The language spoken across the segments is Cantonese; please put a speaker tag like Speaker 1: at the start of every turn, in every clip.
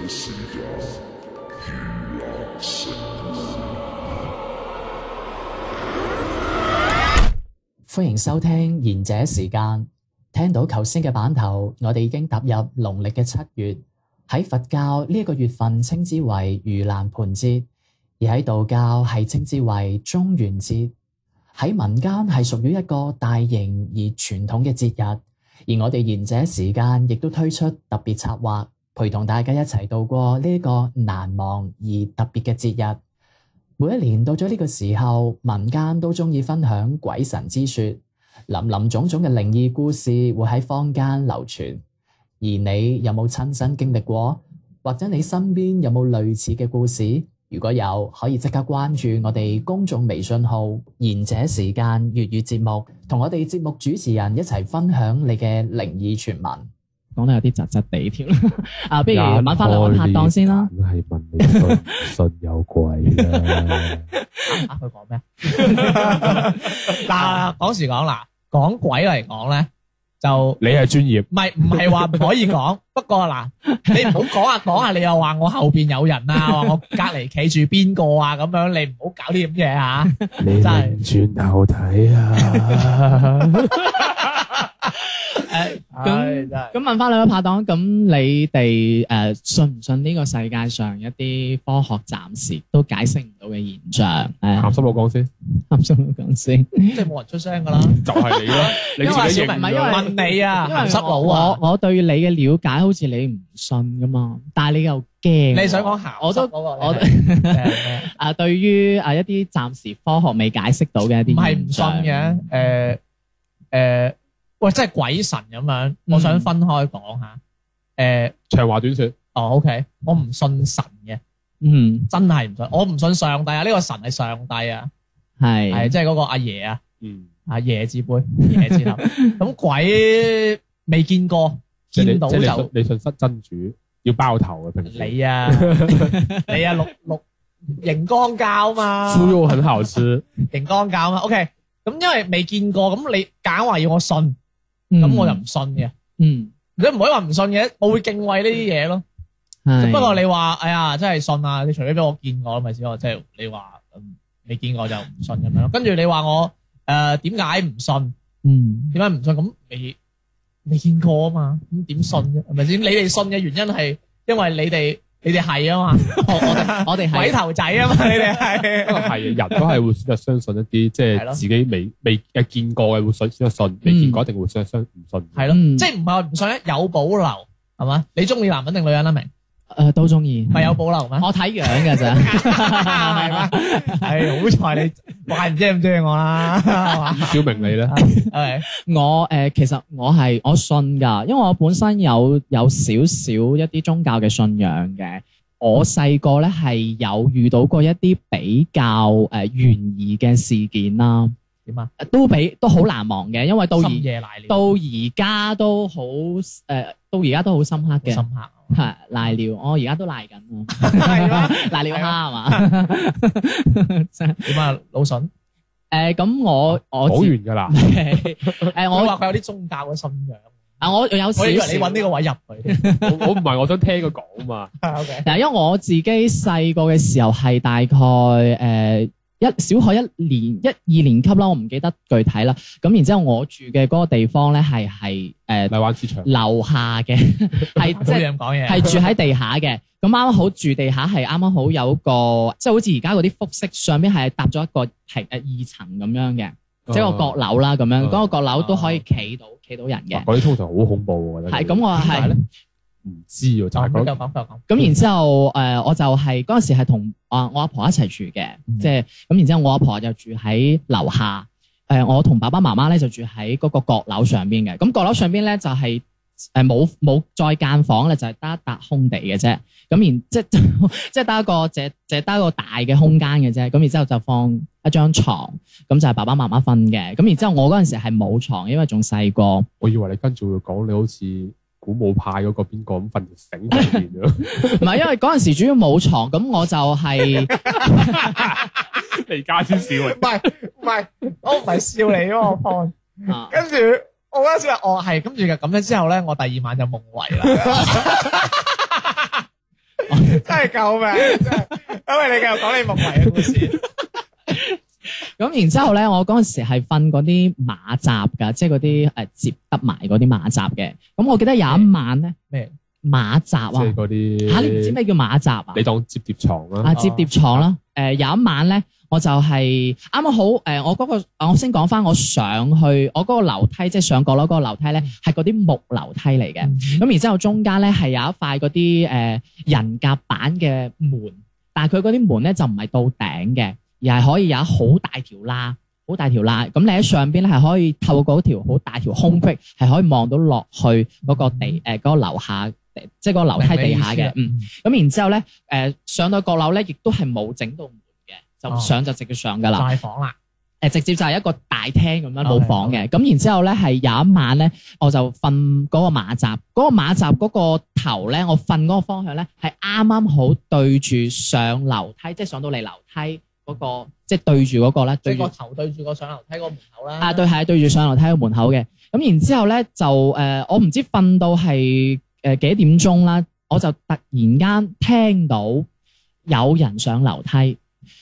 Speaker 1: deceive us. You are Satan.
Speaker 2: 歡迎收聽賢者時間。聽到頭先嘅版頭，我哋已經踏入農曆嘅七月，喺佛教呢一個月份稱之為盂蘭盆節，而喺道教係稱之為中元節。喺民間係屬於一個大型而傳統嘅節日，而我哋賢者時間亦都推出特別策劃，陪同大家一齊度過呢一個難忘而特別嘅節日。每一年到咗呢個時候，民間都鍾意分享鬼神之說，林林種種嘅靈異故事會喺坊間流傳。而你有冇親身經歷過？或者你身邊有冇類似嘅故事？如果有，可以即刻關注我哋公眾微信號《賢者時間粵語節目》，同我哋節目主持人一齊分享你嘅靈異傳聞。
Speaker 3: 講得有啲窒窒地添，啊，不如揾翻兩位拍檔先啦。。
Speaker 4: 係問你信唔信有鬼啦？
Speaker 3: 啊，佢講咩？
Speaker 5: 嗱，講時講嗱，講鬼嚟講咧，就
Speaker 4: 你係專業，
Speaker 5: 唔係唔係話唔可以講，不過嗱，你唔好講下講下，你又話我後邊有人啊，話我隔離企住邊個啊，咁樣你唔好搞啲咁嘢啊！
Speaker 4: 你
Speaker 5: 真係
Speaker 4: 轉頭睇 啊！
Speaker 3: 誒，
Speaker 5: 唉
Speaker 3: 咁咁問翻兩位拍檔，咁你哋誒信唔信呢個世界上一啲科學暫時都解釋唔到嘅現象？誒，
Speaker 4: 鹹濕佬講先，
Speaker 3: 啱先講先，
Speaker 5: 即係冇人出聲噶啦，
Speaker 4: 就係你 啦，你
Speaker 5: 因為
Speaker 4: 自己認
Speaker 5: 小明
Speaker 3: 唔係因為
Speaker 4: 啦。
Speaker 5: 問你啊，
Speaker 3: 因為
Speaker 5: 鹹濕佬
Speaker 3: 我
Speaker 5: 啊，
Speaker 3: 我我對你嘅了解好似你唔信噶嘛，但係你又驚。
Speaker 5: 你想講鹹濕
Speaker 3: 我都
Speaker 5: 嗰個
Speaker 3: 我
Speaker 5: 你係 誒咩
Speaker 3: 啊，對於啊一啲暫時科學未解釋到嘅一
Speaker 5: 唔
Speaker 3: 啲
Speaker 5: 係唔
Speaker 3: 現
Speaker 5: 信
Speaker 3: 象
Speaker 5: 嘅，誒誒，喂，即係鬼神咁樣，我想分開講下，誒，
Speaker 4: 長話短説，
Speaker 5: 哦，OK，我唔信神嘅。
Speaker 3: 嗯，
Speaker 5: 真係唔信，我唔信上帝啊！呢、個神係上帝啊，係
Speaker 3: 係
Speaker 5: 即係嗰個阿爺啊，
Speaker 4: 嗯，
Speaker 5: 阿爺字輩，爺 字頭。咁鬼未見過，
Speaker 4: 即係
Speaker 5: 見
Speaker 4: 你
Speaker 5: 到
Speaker 4: 即係你信
Speaker 5: 就
Speaker 4: 你信失真主要包頭嘅平時。
Speaker 5: 你 啊，你啊，六六熒光膠嘛，
Speaker 4: 豬肉很好吃，
Speaker 5: 熒光膠嘛。OK，咁因為未見過，咁你揀話要我信，咁、
Speaker 3: 咁
Speaker 5: 我就唔信嘅。
Speaker 3: 嗯
Speaker 5: 你唔可以話唔信嘅，我會敬畏呢啲嘢咯。
Speaker 3: 係
Speaker 5: 不過你話，哎呀，真係信啊！你除非俾我見過咪先，我即係你話嗯未見過就唔信咁樣咯。跟住你話我誒點解唔信？
Speaker 3: 嗯
Speaker 5: 點解唔信？咁你未見過啊嘛，咁點信啫？係咪先？你哋信嘅原因係因為你哋你哋係啊嘛，
Speaker 3: 我我哋我哋
Speaker 5: 鬼
Speaker 3: 係
Speaker 5: 頭仔啊嘛，你哋係
Speaker 4: 不過係人都係會選擇相信一 啲即
Speaker 5: 係
Speaker 4: 係
Speaker 5: 咯
Speaker 4: 自己未未誒見過嘅會選選擇信，未見過一定會選擇相唔信。
Speaker 5: 係咯，
Speaker 3: 嗯
Speaker 5: 即係唔係話唔信咧？有保留係嘛？你中意男人定女人 啦？明
Speaker 3: 誒都中意，
Speaker 5: 咪有保留咩？
Speaker 3: 我睇樣㗎咋，
Speaker 5: 係嘛？係好彩你怪唔知唔中意我啦， 係嘛？
Speaker 4: 小明你 咧，
Speaker 5: 係
Speaker 3: 我誒、呃其實我係我信㗎，因為我本身有有少少一啲宗教嘅信仰嘅。我細個咧係有遇到過一啲比較誒、呃、懸疑嘅事件啦，
Speaker 5: 點啊？
Speaker 3: 都比都好難忘嘅，因為到而
Speaker 5: 深夜賴尿。
Speaker 3: 到而家都好誒、呃到而家都好深刻嘅，
Speaker 5: 深刻，
Speaker 3: 係賴尿，我而家都賴緊啊，
Speaker 5: 係啦，
Speaker 3: 賴尿蝦係嘛？
Speaker 5: 點啊，老筍，
Speaker 3: 誒咁我我
Speaker 4: 講
Speaker 3: 自
Speaker 4: 完㗎啦。
Speaker 3: 誒
Speaker 5: 我
Speaker 3: 我
Speaker 5: 話佢有啲宗教嘅信仰，
Speaker 3: 啊我有少
Speaker 5: 我以為
Speaker 3: 少
Speaker 5: 你揾呢個 位入去。
Speaker 4: 我我唔係我想聽佢講嘛，
Speaker 5: OK，
Speaker 3: 嗱，因為我自己細個嘅時候係大概誒、呃一小學一年一二年級啦，我唔記得具體啦。咁然之後我住嘅嗰個地方咧係係誒
Speaker 4: 荔灣市場。
Speaker 3: 樓下嘅，係
Speaker 5: 即
Speaker 3: 即
Speaker 5: 係
Speaker 3: 係
Speaker 5: 咁講嘢，
Speaker 3: 係住喺地下嘅。咁啱啱好住地下係啱啱好有個即係好似而家嗰啲複式上邊係搭咗一個平誒二層咁樣嘅，即係個閣
Speaker 4: 啊
Speaker 3: 樓啦咁樣。嗰、個閣樓都可以企到企到人嘅
Speaker 4: 哇。嗰啲通常好恐怖，我覺得。
Speaker 3: 係咁，我
Speaker 5: 點解
Speaker 3: 係
Speaker 5: 咧。
Speaker 4: 唔知喎，就係
Speaker 5: 講
Speaker 4: 嗰
Speaker 5: 繼續講，繼續講。
Speaker 3: 咁然之後，誒、呃我就係嗰陣時係同啊我阿婆一齊住嘅，
Speaker 5: 嗯
Speaker 3: 即係咁。然之後，我阿婆就住喺樓下，誒、我同爸爸媽媽咧就住喺嗰個閣樓上邊嘅。咁閣樓上邊咧就係誒冇冇再間房咧，就係得一笪空地嘅啫。咁然即即係 得一個只只得一個大嘅空間嘅啫。咁然之後就放一張床，咁就係爸爸媽媽瞓嘅。咁然之後，我嗰陣時係冇床，因為仲細個。
Speaker 4: 我以為你跟住會講你好似古墓派嗰個邊個咁瞓醒喺邊咗，
Speaker 3: 唔係因為嗰陣時主要冇床，咁我就係、
Speaker 4: 離家先少啊
Speaker 5: 唔！係唔係，我唔係笑你喎，我看。
Speaker 3: 啊
Speaker 5: 跟住我嗰陣時話哦係，跟住就咁樣之後咧，我第二晚就夢遺啦。真系救命！真係因为你继续讲你木圍嘅故事，
Speaker 3: 咁然之後咧，我嗰陣時係瞓嗰啲馬扎㗎，即係嗰啲
Speaker 4: 嗯
Speaker 3: 誒接得埋嗰啲馬扎嘅。咁我記得有一晚咧，
Speaker 5: 咩
Speaker 3: 馬扎啊
Speaker 4: 即係，嗰啲
Speaker 3: 嚇你唔知咩叫馬扎啊
Speaker 4: 你？當摺疊床啦
Speaker 3: 啊，，摺疊床啦。誒有一晚咧，我就係啱啱好誒，我嗰個啊我先講翻我上去我嗰個樓梯，即係上閣樓嗰個樓梯
Speaker 4: 嗯
Speaker 3: 咧，係嗰啲木樓梯嚟嘅。咁然之後中間咧係有一塊嗰啲誒人夾板嘅門，但係佢嗰啲門咧就唔係到頂嘅，而係可以有好大條罅，好大條罅。咁你喺上邊咧係可以透過嗰條好大條空隙，係可以望到落去嗰個地誒嗰、個樓下，即係嗰個樓梯地下嘅。嗯，咁然之後咧誒、呃上到閣樓咧，亦都係冇整到門嘅，就
Speaker 5: 哦
Speaker 3: 上就直接上㗎啦。
Speaker 5: 大房啦，
Speaker 3: 誒直接就係一個大廳咁樣冇
Speaker 5: OK，
Speaker 3: 房嘅，咁然之後咧係有一晚咧，我就瞓嗰個馬扎，嗰、個馬扎嗰個頭咧，我瞓嗰個方向咧係啱啱好對住上樓梯，即係上到嚟樓梯嗰、個，即係對住嗰個咧，
Speaker 5: 即
Speaker 3: 對
Speaker 5: 係個
Speaker 3: 住
Speaker 5: 頭對住個上樓梯個門口啦。
Speaker 3: 啊對係對住上樓梯嘅門口嘅，咁然之後咧就誒、呃我唔知瞓到係誒幾點鐘啦，我就突然間聽到有人上樓梯。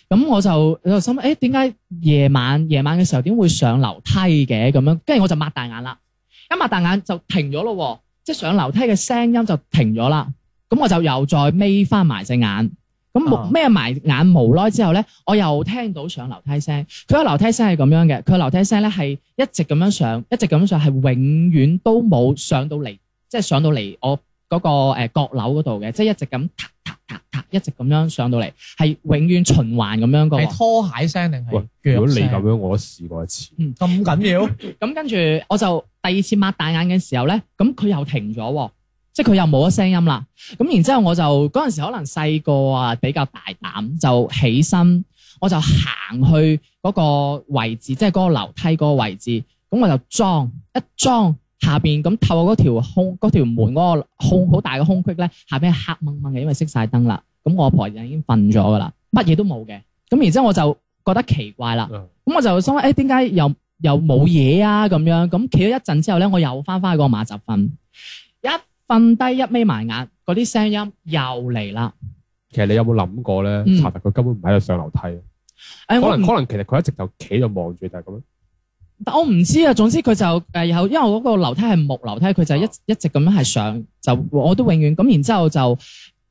Speaker 3: 咁我就我就心諗，誒點解夜晚夜晚嘅時候點會上樓梯嘅咁樣？跟住我就擘大眼啦，一擘大啊眼就停咗咯喎，即係上樓梯嘅聲音就停咗啦。咁我就又再眯翻埋隻眼，咁
Speaker 5: 啊
Speaker 3: 無眯埋眼無耐之後咧，我又聽到上樓梯聲。佢個樓梯聲係咁樣嘅，佢個樓梯聲咧係一直咁樣上，一直咁樣上，係永遠都冇上到嚟，即係上到嚟我嗰個誒閣樓嗰度嘅，即係一直咁嗒嗒嗒嗒，一直咁樣上到嚟。係永遠循環咁樣嘅
Speaker 5: 係
Speaker 3: 喎。
Speaker 5: 拖鞋聲定係
Speaker 4: 喂如果你咁樣，我都試過一次。
Speaker 5: 咁緊要，
Speaker 3: 咁跟住我就第二次擘大眼嘅時候咧，咁佢又停咗喎，即係佢又冇咗聲音啦。咁然之後我就嗰陣時可能細個啊，比較大膽，就起身，我就行去嗰個位置，即係嗰個樓梯嗰個位置。咁我就裝一裝下邊咁透過嗰條空嗰條門嗰個空好大嘅空隙咧，下邊係黑掹掹嘅，因為熄晒燈啦。咁我阿婆就已經瞓咗噶啦，乜嘢都冇嘅。咁然之後我就覺得奇怪啦。
Speaker 4: 嗯
Speaker 3: 咁我就心諗，誒點解又又冇嘢啊咁樣？咁企咗一陣之後咧，我又翻返去個馬扎瞓，一瞓低一眯埋眼，嗰啲聲音又嚟啦。
Speaker 4: 其實你有冇諗過咧？
Speaker 3: 嗯
Speaker 4: 查實佢根本唔喺度上樓梯，
Speaker 3: 誒、
Speaker 4: 可
Speaker 3: 我唔
Speaker 4: 能可能其實佢一直就企度望住，就係咁樣。
Speaker 3: 但我唔知啊，總之佢就誒有，因為我嗰個樓梯係木樓梯，佢就一一直咁樣係上，就我都永遠咁，然之後就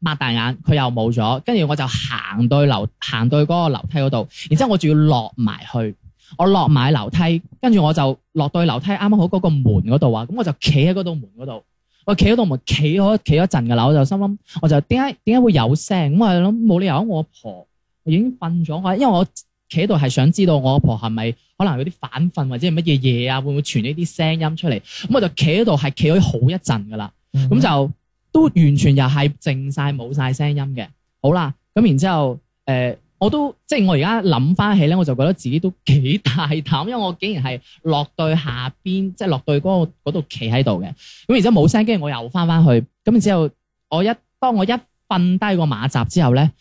Speaker 3: 擘大眼，佢又冇咗，跟住我就行到樓行到嗰個樓梯嗰度，然之後我仲要落埋去，我落埋樓梯，跟住我就落到去樓梯啱啱好嗰個門嗰度啊，咁我就企喺嗰度門嗰度。我企嗰度門企咗企咗一陣㗎啦，我就心諗，我就點解點解會有聲？咁我就諗冇理由，我阿婆已經瞓咗，我因為我企喺度係想知道我阿婆係咪可能有啲反瞓或者係乜嘢嘢啊，會唔會傳呢啲聲音出嚟？咁我就企喺度係企咗好一陣㗎啦，
Speaker 4: 嗯
Speaker 3: 咁
Speaker 5: 咁
Speaker 3: 就都完全又係靜晒冇晒聲音嘅。好啦，咁然之後誒、呃我都即係我而家諗翻起咧，我就覺得自己都幾大膽，因為我竟然係落對下邊，即係落對嗰、個嗰度企喺度嘅。咁然之後冇聲，跟住我又翻翻去，咁然之後我一當我一瞓低個馬扎之後咧，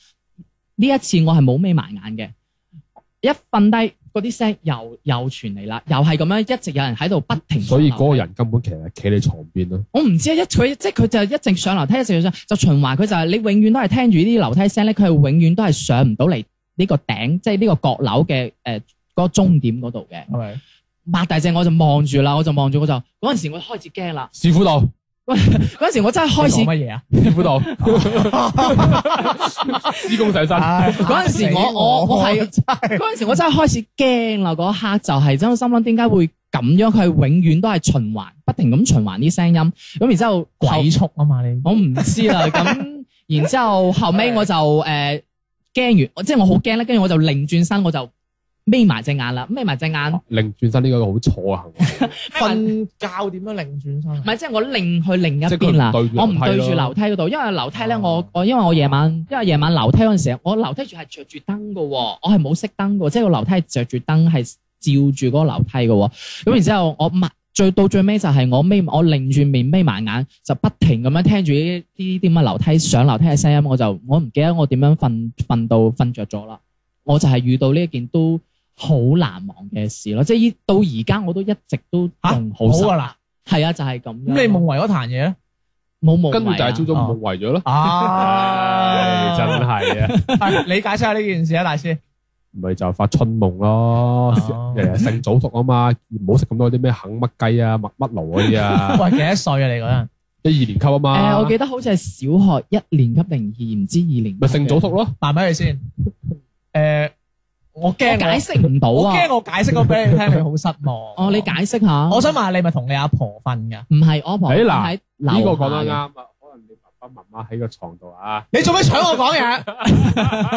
Speaker 3: 呢一次我係冇眯埋眼嘅，一瞓低嗰啲聲又又傳嚟啦，又係咁樣一直有人喺度不停。
Speaker 4: 所以嗰個人根本其實係企你床邊咯。
Speaker 3: 我唔知啊，一佢即係佢就一直上樓梯，一直上就循環，佢就係你永遠都係聽住呢啲樓梯聲咧，佢係永遠都係上唔到嚟呢個頂，即係呢個閣樓嘅誒嗰個終點嗰度嘅。
Speaker 5: 係
Speaker 3: 擘大隻我就望住啦，我就望住我就嗰陣時我開始驚啦，
Speaker 4: 師傅度，
Speaker 3: 嗰陣時我真係開始
Speaker 5: 講乜嘢啊？
Speaker 4: 師傅 度，施工上身。
Speaker 3: 嗰陣 時我我我係嗰陣時我真係開始驚啦，嗰一刻就係真心諗點解會咁樣？佢係永遠都係循環，不停咁循環啲聲音，咁然之後後
Speaker 5: 鬼畜啊嘛你，
Speaker 3: 我唔知 啦，咁然之後後尾我就誒驚完，即係我好驚咧，跟住我就擰轉身，我就眯埋隻眼啦，眯埋隻眼，唔
Speaker 4: 擰轉身呢個好錯嘅行為，
Speaker 5: 瞓覺點樣擰轉身啊？
Speaker 3: 係即係我擰去另一
Speaker 4: 即係佢
Speaker 3: 邊
Speaker 4: 唔
Speaker 3: 啦，
Speaker 4: 對住
Speaker 3: 我
Speaker 4: 樓
Speaker 3: 唔
Speaker 4: 梯
Speaker 3: 對
Speaker 4: 咯
Speaker 3: 住
Speaker 4: 啊
Speaker 3: 樓梯嗰度，因為樓梯咧，我
Speaker 5: 哦
Speaker 3: 我因為我夜晚，因為夜晚樓梯嗰陣時，我樓梯住係着住燈嘅喎，我係冇熄燈嘅喎，即係個樓梯係着住燈係照住嗰個樓梯嘅喎，咁然之後我擘最到最尾就係我眯我擰住面眯埋眼，就不停咁樣聽住呢啲啲咁嘅樓梯上樓梯嘅聲音，我就我唔記得我點樣瞓瞓到瞓着咗啦。我就係遇到呢一件都好難忘嘅事咯，即係依到而家我都一直都
Speaker 5: 嚇
Speaker 3: 仲好
Speaker 5: 好
Speaker 3: 深
Speaker 5: 噶，啦，
Speaker 3: 係啊，就係咁樣。
Speaker 5: 咁你夢遺嗰壇嘢咧？
Speaker 3: 冇冇為啊。
Speaker 4: 跟住就係朝早唔為咗咯。唉
Speaker 5: 啊，
Speaker 4: 真係 啊，
Speaker 5: 係你解釋下呢件事啊，大師。
Speaker 4: 咪就係發春夢咯
Speaker 5: 哦，
Speaker 4: 日日性早熟啊嘛，唔好食咁多啲咩肯乜雞啊、麥乜爐嗰 啲啊，
Speaker 5: 喂，幾多歲啊？你嗰陣
Speaker 4: 一二年級啊
Speaker 3: 誒、
Speaker 4: 嘛，
Speaker 3: 我記得好似係小學一年級定二唔知二年級嘅。
Speaker 4: 咪性早熟咯，
Speaker 5: 慢慢去先。誒，我
Speaker 3: 我
Speaker 5: 驚
Speaker 3: 解
Speaker 5: 我
Speaker 3: 釋唔到
Speaker 5: 我
Speaker 3: 啊！
Speaker 5: 驚我解釋咗俾你聽，你好失望。
Speaker 3: 哦，你解釋下。
Speaker 5: 我想問下你咪同你阿婆瞓㗎？
Speaker 3: 唔係我婆
Speaker 4: 哎
Speaker 3: 喺
Speaker 4: 嗱呢個
Speaker 3: 樓
Speaker 4: 講得啱
Speaker 3: 下嘅
Speaker 4: 啊，可能你爸爸媽媽喺個床度啊，
Speaker 5: 你做咩搶我講嘢？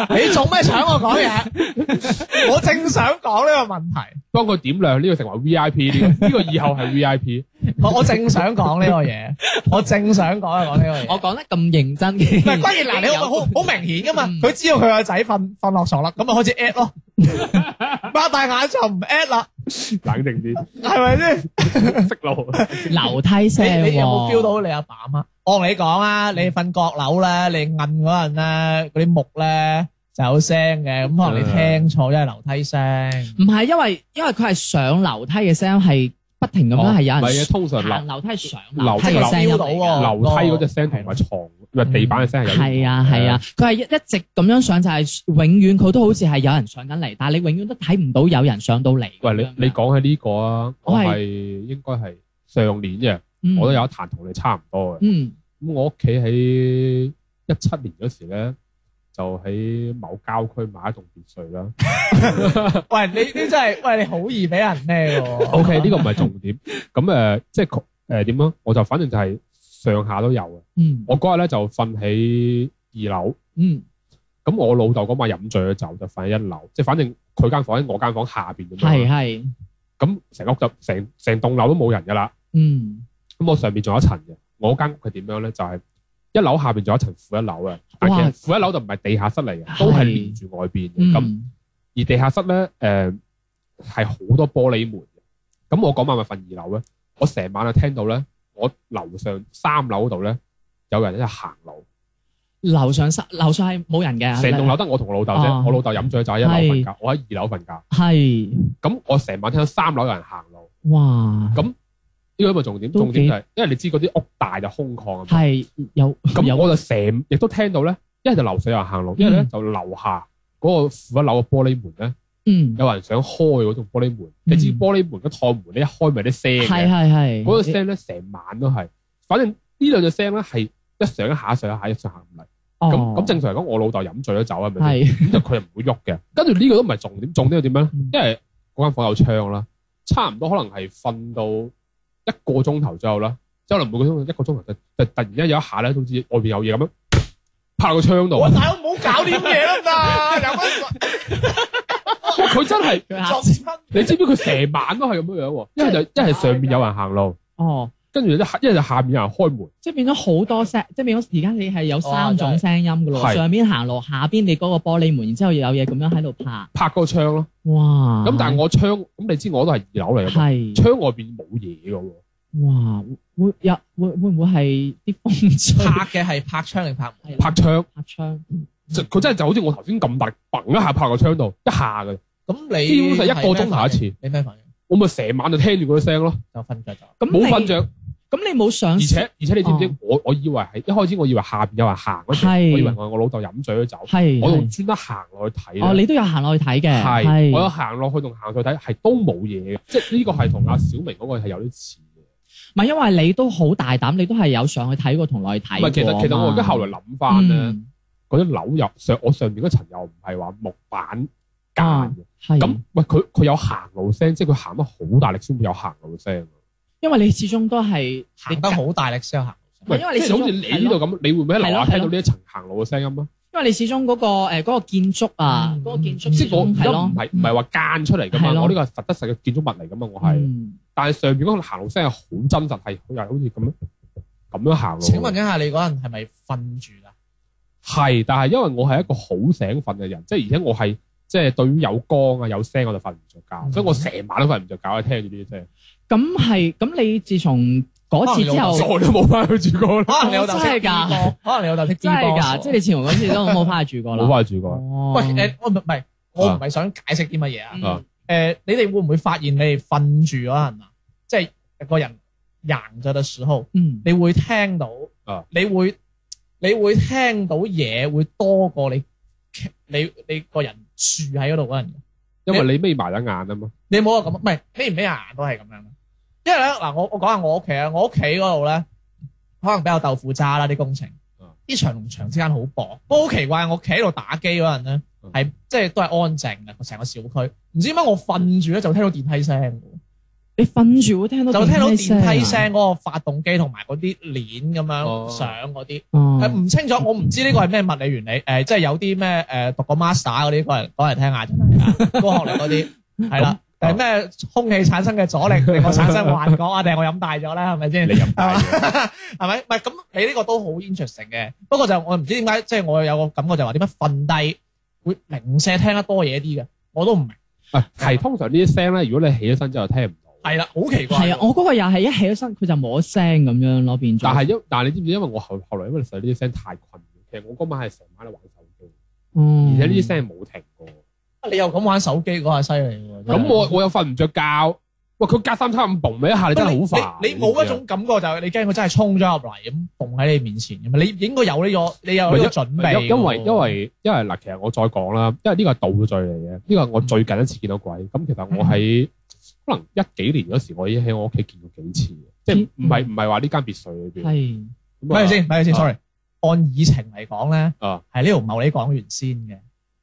Speaker 5: 你做咩搶我講嘢？我正想講呢個問題，
Speaker 4: 幫佢點亮呢個成為 V I P 呢個，呢個以後係 V I P，
Speaker 5: 我我正想講呢個嘢，我正想講一講呢個嘢。
Speaker 3: 我講得咁認真
Speaker 5: 唔係，
Speaker 3: 嘅，
Speaker 5: 關鍵嗱，你好好好明顯噶嘛，
Speaker 3: 嗯
Speaker 5: 佢知道佢個仔瞓瞓落床啦，咁咪開始 at 咯，擘大眼就唔 at 啦，
Speaker 4: 冷靜啲，
Speaker 5: 係咪先？
Speaker 4: 識路。
Speaker 3: 樓梯聲喎
Speaker 5: 你你有冇 feel 到你阿爸阿媽？我同你講啊，你瞓閣樓咧，你摁嗰陣咧，嗰啲木咧就有聲嘅，咁可能
Speaker 3: 嗯
Speaker 5: 你聽錯，因為樓梯聲。
Speaker 3: 唔係因為因為佢係上樓梯嘅聲係不停咁樣係有
Speaker 4: 唔係
Speaker 3: 人
Speaker 4: 啊，通常
Speaker 3: 行
Speaker 4: 樓
Speaker 3: 樓梯係上
Speaker 4: 樓
Speaker 3: 樓
Speaker 4: 梯
Speaker 3: 梯嘅聲音
Speaker 5: 樓
Speaker 3: 嚟
Speaker 5: 梯
Speaker 3: 㗎
Speaker 5: 樓
Speaker 4: 樓梯嗰隻聲同埋床唔係地板嘅聲係有啲唔同
Speaker 3: 係啊係啊，，佢係一一直咁樣上就係永遠佢都好似係有人上緊嚟，但係你永遠都睇唔到有人上到嚟咁樣
Speaker 4: 喂，
Speaker 3: 㗎。
Speaker 4: 你你講起呢個啊，
Speaker 3: 我
Speaker 4: 我
Speaker 3: 係
Speaker 4: 係應該係上年嘅，
Speaker 3: 你
Speaker 4: 我都有一壇同你差唔多嘅。
Speaker 3: 嗯
Speaker 4: 咁我屋企喺一七年嗰時咧，就喺某郊區買一棟別墅啦。
Speaker 5: 喂，你你真係，喂，你好易俾人咩喎
Speaker 3: 哦
Speaker 4: O K，呢個唔係重 點。咁誒、呃即係誒點樣？我就反正就係上下都有嘅。
Speaker 3: 嗯
Speaker 4: 我嗰日咧就瞓喺二樓，
Speaker 3: 嗯
Speaker 4: 咁我老豆嗰晚飲醉咗酒就瞓喺一樓，即係反正佢間房喺我間房下邊咁
Speaker 3: 係
Speaker 4: 樣。
Speaker 3: 係
Speaker 4: 咁成個屋就成成棟樓都冇人㗎啦。
Speaker 3: 嗯
Speaker 4: 咁我上面仲有一層嘅，我間屋係點樣咧？就係、一樓下邊仲有一層負一樓嘅，但其
Speaker 3: 哇
Speaker 4: 實負一樓就唔係地下室嚟嘅，都係
Speaker 3: 係
Speaker 4: 連住外邊嘅。咁、
Speaker 3: 嗯
Speaker 4: 而地下室咧，誒係好多玻璃門嘅。咁我嗰晚咪瞓二樓咧，我成晚就聽到咧，我樓上三樓嗰度咧有人喺度行路，
Speaker 3: 樓上室樓上係冇人嘅，
Speaker 4: 成棟樓得我同我老豆
Speaker 3: 哦
Speaker 4: 啫，我老豆飲醉就喺一樓
Speaker 3: 係
Speaker 4: 瞓覺，我喺二樓瞓覺。
Speaker 3: 係
Speaker 4: 咁我成晚聽到三樓有人行路，
Speaker 3: 哇
Speaker 4: 呢個咪重點，
Speaker 3: 都
Speaker 4: 重點
Speaker 3: 幾
Speaker 4: 就係、因為你知嗰啲屋大就空曠啊嘛。
Speaker 3: 係有
Speaker 4: 咁
Speaker 3: 有啊
Speaker 4: 我就成亦都聽到咧，一係就樓上有人行路，一係咧
Speaker 3: 嗯
Speaker 4: 就樓下嗰個負一樓嘅玻璃門咧，
Speaker 3: 嗯
Speaker 4: 有人想開嗰種玻璃門。你知玻璃門嗰趟門你一開咪有啲聲
Speaker 3: 係
Speaker 4: 嘅，
Speaker 3: 係
Speaker 4: 嗰
Speaker 3: 係
Speaker 4: 個聲咧成晚都係。反正呢兩隻聲咧係一上一下上一下一上一下唔嚟。
Speaker 3: 哦
Speaker 4: 咁咁正常嚟講，我老豆飲醉咗酒啊係咪先？
Speaker 3: 系
Speaker 4: 咁就佢又唔會喐嘅。跟住呢個都唔係重點，重點係點樣咧
Speaker 3: 嗯？
Speaker 4: 因為嗰間房有窗啦，差唔多可能係瞓到一個鐘頭左右啦，即係可能每個鐘一個鐘頭就就突然間有一下咧，好似外邊有嘢咁樣拍個窗度。
Speaker 5: 喂，大佬唔好搞呢啲嘢得唔 得？有乜
Speaker 4: 哇佢真係，
Speaker 5: 作親？
Speaker 4: 你知唔知佢成晚都係咁樣樣喎？一係就一係上面有人行路，
Speaker 3: 哦，
Speaker 4: 跟住一係一係就下面有人開門。
Speaker 3: 即係變咗好多聲，即係變咗而家你係有三種聲音噶咯，
Speaker 4: 哦係
Speaker 3: 上邊行路，下邊你嗰個玻璃門，然之後有嘢咁樣喺度拍，
Speaker 4: 拍個窗咯，
Speaker 3: 哇！
Speaker 4: 咁但係我窗，咁你知我都係二樓嚟㗎嘛，
Speaker 3: 係
Speaker 4: 窗外邊冇嘢㗎
Speaker 3: 哇，會有會會唔會係啲風吹
Speaker 5: 拍嘅係啊拍窗定拍
Speaker 4: 喎，
Speaker 3: 係啦
Speaker 5: 門？
Speaker 4: 拍窗，
Speaker 3: 拍窗？
Speaker 4: 就佢真係就好似我頭先咁大力，砰一下拍個窗度，一下嘅，
Speaker 5: 咁你
Speaker 4: 基本上一個鐘頭一次，
Speaker 5: 你咩反應？
Speaker 4: 我咪成晚就聽住嗰啲聲咯，
Speaker 5: 就瞓着咗。
Speaker 3: 咁
Speaker 4: 冇
Speaker 3: 你
Speaker 4: 瞓，着。
Speaker 3: 咁你冇上
Speaker 4: 而且而且你知唔
Speaker 3: 哦
Speaker 4: 知？我我以為係一開始我以為下邊有人行嗰時，
Speaker 3: 係
Speaker 4: 我以為我我老豆飲醉咗酒，
Speaker 3: 係
Speaker 4: 我仲
Speaker 3: 係
Speaker 4: 專登行落去睇咧。
Speaker 3: 哦，你都有行落去睇嘅，
Speaker 4: 啊係，我有行落去同行上去睇，係都冇嘢嘅，即係呢個係同阿小明嗰個係有啲似嘅。
Speaker 3: 唔係因為你都好大膽，你都係有上去睇過同落去睇
Speaker 4: 唔
Speaker 3: 過啊嘛。
Speaker 4: 係，其實其實我而家後來諗翻咧，
Speaker 3: 嗯
Speaker 4: 嗰啲樓又上我上面嗰層又唔係話木板間嘅，
Speaker 3: 哦係
Speaker 4: 咁喂佢佢有行路聲，即係佢行得好大力先會有行路聲。
Speaker 3: 因為你始終都係
Speaker 5: 行得，好大力先有行。
Speaker 3: 唔係
Speaker 4: 喂，
Speaker 3: 因為你
Speaker 4: 即係好似
Speaker 3: 始終
Speaker 4: 你呢度咁，你會唔會喺樓
Speaker 3: 係
Speaker 4: 下
Speaker 3: 咯係咯
Speaker 4: 聽到呢一層行路嘅聲音啊？
Speaker 3: 因為你始終嗰個誒嗰個建築啊，嗰
Speaker 5: 嗯
Speaker 3: 個建築
Speaker 4: 即係我
Speaker 3: 始
Speaker 4: 而
Speaker 3: 終係
Speaker 4: 家
Speaker 3: 咯
Speaker 4: 唔，係唔係話間出嚟㗎
Speaker 3: 係咯
Speaker 4: 嘛，我呢個係實質實嘅建築物嚟㗎嘛，我係，
Speaker 3: 嗯
Speaker 4: 但係上面嗰個行路聲係好真實，係又係好似咁樣咁樣行路。
Speaker 5: 請問一下，你嗰陣係咪瞓住㗎？
Speaker 4: 係，但係因為我係一個好醒瞓嘅人，即係而且我係即係對於有光啊有聲我就瞓唔着覺，
Speaker 5: 嗯
Speaker 4: 所以我成晚都瞓唔着覺，聽住呢啲聲，
Speaker 3: 咁係咁你自從嗰次之
Speaker 5: 哦
Speaker 3: 後，
Speaker 4: 再都冇翻去住過啦，
Speaker 5: 可能你老豆識
Speaker 3: 真係㗎
Speaker 5: B 波可能你老豆識 B
Speaker 3: 真係
Speaker 5: 波
Speaker 3: 㗎，即係你自從嗰次都冇翻去住過啦。
Speaker 4: 冇翻啊去住過。
Speaker 3: 哦
Speaker 5: 喂誒，我唔唔係，我唔係想解釋啲乜嘢啊。
Speaker 3: 嗯
Speaker 4: 啊
Speaker 5: 誒，你哋會唔會發現你哋瞓住嗰陣啊，即係個人硬咗嘅時候，
Speaker 3: 嗯
Speaker 5: 你會聽到
Speaker 4: 啊
Speaker 5: 你會你會聽到嘢會多過你你你個人住喺嗰度嗰陣。
Speaker 4: 因為你眯埋咗眼啊嘛，
Speaker 5: 你冇話咁，唔係眯唔眯眼都係咁樣。因為咧嗱，我我講下我屋企啊，我屋企嗰度咧，可能比較豆腐渣啦啲工程
Speaker 4: 嗯，
Speaker 5: 啲牆同牆之間好薄。不過好奇怪，我企喺度打機嗰陣咧，
Speaker 4: 嗯
Speaker 5: 係即係都係安靜嘅成個小區。唔知點解我瞓住咧就聽到電梯聲喎，
Speaker 3: 你瞓住會聽到
Speaker 5: 就聽到電梯
Speaker 3: 啊
Speaker 5: 聲嗰個發動機同埋嗰啲鏈咁
Speaker 4: 哦
Speaker 5: 樣上嗰啲。
Speaker 3: 哦
Speaker 5: 誒唔清楚，我唔知呢個係咩物理原理。誒、即係有啲咩誒讀過 master 嗰啲，講嚟講嚟聽下真係啊，高學歷嗰啲係啦。誒咩空氣產生嘅阻力令我產生幻覺啊？定係我飲大咗咧？係咪先？
Speaker 4: 你入大嘅，
Speaker 5: 係咪？唔係咁，你呢個都好 interesting 嘅。不過就我唔知點解，即係我有個感覺就係話點解瞓低會零舍聽得多嘢啲嘅，我都唔明。
Speaker 4: 啊係通常呢啲聲咧，如果你起咗身之後聽唔到，
Speaker 5: 係啦，好奇怪。
Speaker 3: 係啊，我嗰個又係一起咗身，佢就冇聲咁樣咯，變咗。
Speaker 4: 但係因但係你知唔知？因為我後後來因為實在呢啲聲太困擾，其實我嗰晚係成晚都玩手機，
Speaker 3: 嗯，
Speaker 4: 而且呢啲聲冇停過。啊
Speaker 5: 你又咁玩手機嗰下犀利喎。真係
Speaker 4: 咁我我又瞓唔着覺，喂佢隔三差五嘣你一下，你真係好煩。
Speaker 5: 你你冇一種感覺就係你驚佢真係衝咗入嚟咁蹦喺你面前咁嘛？你應該有呢個，你有呢個準
Speaker 4: 唔係
Speaker 5: 備。
Speaker 4: 因因為因為因為嗱，其實我再講啦，因為呢個係倒罪嚟嘅，呢個係我最近一次見到鬼。咁其實我喺可能一幾年嗰時，我已經喺我屋企見過幾次嘅，即係唔係唔嗯係話呢間別墅裏邊。
Speaker 3: 係
Speaker 4: 咁啊
Speaker 5: 咪先，咪先
Speaker 4: 啊
Speaker 5: ，sorry。按議程嚟講咧，
Speaker 4: 啊
Speaker 5: 係呢條茂你講完先嘅，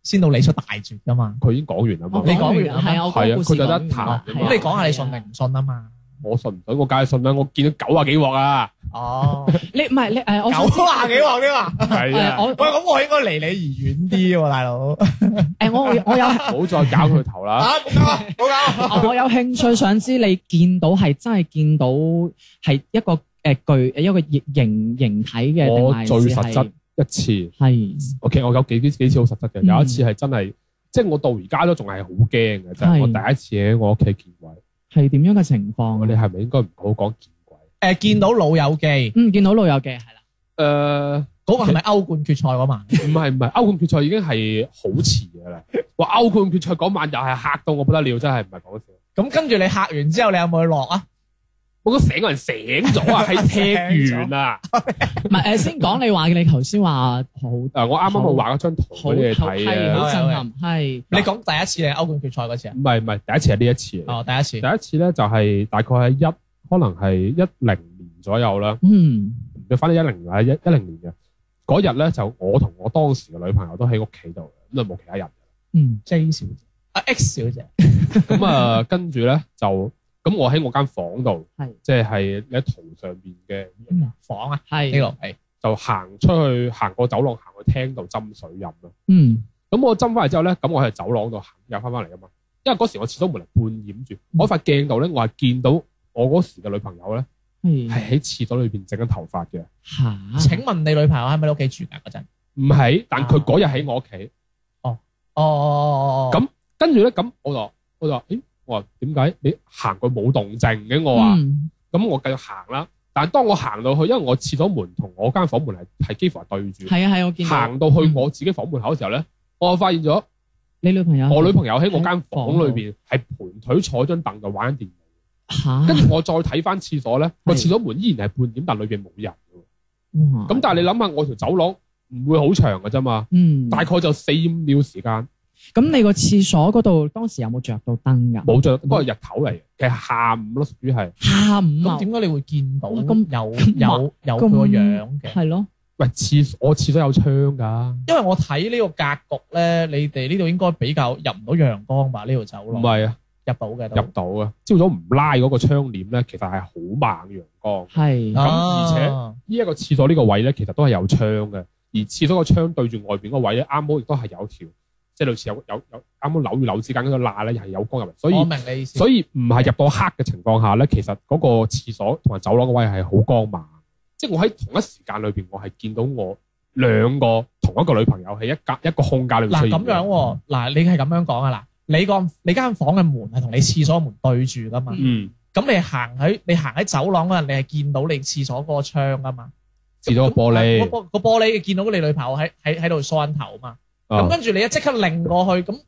Speaker 5: 先到你出大絕噶嘛。
Speaker 4: 佢已經講完啦嘛
Speaker 5: 你。講完啦
Speaker 3: 係啊，我
Speaker 4: 係
Speaker 3: 講
Speaker 4: 啊
Speaker 3: 故事
Speaker 4: 佢就得
Speaker 3: 講
Speaker 4: 談
Speaker 3: 完啦
Speaker 4: 啫
Speaker 3: 係
Speaker 4: 嘛
Speaker 3: 啊
Speaker 5: 咁你講下
Speaker 3: 係
Speaker 5: 你信
Speaker 3: 啊
Speaker 5: 定唔信啊嘛？
Speaker 4: 我信唔信，我梗係信啦。我見到九啊幾鑊啊，
Speaker 5: 哦，
Speaker 3: 你唔係你誒，我
Speaker 5: 九
Speaker 3: 想
Speaker 5: 啊幾喎添啊！
Speaker 4: 係
Speaker 3: 誒
Speaker 4: 啊，
Speaker 3: 我
Speaker 5: 喂，咁我應該離你而遠啲喎，大佬。
Speaker 3: 誒我我有
Speaker 4: 啊唔好再搞佢頭啦。
Speaker 5: 啊，冇搞啊， 冇搞啊。
Speaker 3: 我有興趣想知你見到係真係見到係一個誒具一個形形體嘅，定
Speaker 4: 我
Speaker 3: 還是
Speaker 4: 最實
Speaker 3: 係
Speaker 4: 質一次
Speaker 3: 係
Speaker 4: OK，我有幾啲幾次好實質嘅，
Speaker 3: 嗯
Speaker 4: 有一次係真係，即係我到而家都仲係好驚嘅，就係我
Speaker 3: 係
Speaker 4: 第一次喺我屋企見鬼。
Speaker 3: 係點樣嘅情
Speaker 4: 我
Speaker 3: 況？
Speaker 4: 哋係咪應該唔好講見鬼？
Speaker 5: 誒，見到老友記
Speaker 3: 嗯，見到老友記係啦，
Speaker 4: 誒，
Speaker 5: 嗰個係咪歐冠決 賽嗰晚？
Speaker 4: 唔係唔係，歐冠決賽已經係好遲嘅啦。哇！歐冠決賽嗰晚又係嚇到我不得了，真係唔係講笑。
Speaker 5: 咁跟住你嚇完之後，你有冇去落啊？
Speaker 4: 我覺得成個人醒咗啊，係聽完啊。
Speaker 3: 唔係誒先講你話你頭先話好
Speaker 4: 誒，我啱啱我畫咗張圖
Speaker 3: 好
Speaker 4: 俾你哋
Speaker 3: 好
Speaker 4: 睇
Speaker 3: 係
Speaker 4: 啊。
Speaker 3: 好震撼，係
Speaker 5: 你講第一次定係歐冠決賽嗰次啊？
Speaker 4: 唔係唔係，第一次係呢一次嚟。
Speaker 5: 哦，第一次。
Speaker 4: 第一次咧就係大概喺一，可能係一零年左右啦。
Speaker 3: 嗯
Speaker 4: 你翻到一零年係一一零年嘅嗰日咧，就我同我當時嘅女朋友都喺屋企度，咁就冇其他人。
Speaker 3: 嗯
Speaker 5: J 小姐啊 X 小姐，
Speaker 4: 咁啊，跟住咧就咁，我喺我間房度
Speaker 3: 係，
Speaker 4: 即係你喺圖上邊嘅，
Speaker 3: 嗯
Speaker 5: 房啊呢
Speaker 3: 係
Speaker 5: 度係
Speaker 4: 就行出去，行過走廊，行去廳度斟水飲咯。
Speaker 3: 嗯
Speaker 4: 咁我斟翻嚟之後咧，咁我喺走廊度行入翻翻嚟噶嘛，因為嗰時我廁所門係半掩住，我喺塊鏡度咧，我係見到我嗰時嘅女朋友咧係
Speaker 3: 係
Speaker 4: 喺廁所裏邊整緊頭髮嘅，
Speaker 3: 嚇
Speaker 5: 請問你女朋友喺咪你屋企住㗎嗰陣？
Speaker 4: 唔係，但佢嗰日喺我屋企。
Speaker 5: 哦哦哦哦，
Speaker 4: 咁跟住咧，咁我就我就話，咦，我話點解你行佢冇動靜嘅？我話。
Speaker 3: 嗯
Speaker 4: 咁我繼續行啦。但係當我行到去，因為我廁所門同我間房門係係幾乎係對住，
Speaker 3: 係啊係我見到
Speaker 4: 行到去我自己房門口嘅時候咧，我發現咗
Speaker 3: 你女朋友
Speaker 4: 我女朋友喺我間
Speaker 3: 房
Speaker 4: 房
Speaker 3: 度
Speaker 4: 裏邊係盤腿坐張凳度玩緊電腦。
Speaker 3: 嚇
Speaker 4: 跟住我再睇翻廁所咧，個
Speaker 3: 係
Speaker 4: 廁所門依然係半點，但裏邊冇人嘅喎。
Speaker 3: 哇
Speaker 4: 咁但係你諗下，我條走廊唔會好長嘅啫嘛，
Speaker 3: 嗯
Speaker 4: 大概就四五秒時間，
Speaker 3: 咁你個廁所嗰度當時有冇着到燈㗎？
Speaker 4: 冇着，不過係日頭嚟嘅，其實下午咯，屬於係。
Speaker 3: 下午啊
Speaker 5: 咁，點解你會見到
Speaker 3: 哇咁
Speaker 5: 有有有佢個樣嘅？
Speaker 3: 係咯，
Speaker 4: 喂，廁我廁所有窗㗎，
Speaker 5: 因為我睇呢個格局咧，你哋呢度應該比較入唔到陽光吧？呢度走
Speaker 4: 唔
Speaker 5: 廊
Speaker 4: 係啊。
Speaker 5: 入到嘅
Speaker 4: 入
Speaker 5: 都。
Speaker 4: 到啊！朝早唔拉嗰個窗簾咧，其實係好猛陽光。
Speaker 3: 係
Speaker 4: 咁
Speaker 5: 啊
Speaker 4: 呢一個廁所呢個位咧，其實都係有窗嘅，而廁所個窗對住外邊嗰位咧，啱好亦都係有條，即係類似有有有啱好樓與樓之間嗰個罅咧，又係有光入嚟。所
Speaker 5: 我
Speaker 4: 以
Speaker 5: 明你意思。
Speaker 4: 所以唔係入到黑嘅情況下咧，其實嗰個廁所同埋走廊嗰位係好光猛。即係我喺同一時間裏邊，我係見到我兩個同一個女朋友喺一間一個空間裏面出
Speaker 5: 嗱
Speaker 4: 現
Speaker 5: 咁
Speaker 4: 嘅。
Speaker 5: 樣喎，嗱你係咁樣講啊嗱，你個你間房嘅門係同你廁所門對住噶嘛？
Speaker 4: 嗯，
Speaker 5: 咁你行喺你行喺走廊嗰陣，你係見到你廁所嗰個窗噶嘛？
Speaker 4: 廁所個玻璃
Speaker 5: 個個玻璃見到你女朋友喺喺喺度梳緊頭嘛，咁
Speaker 4: 啊
Speaker 5: 跟住你一即刻擰過去，咁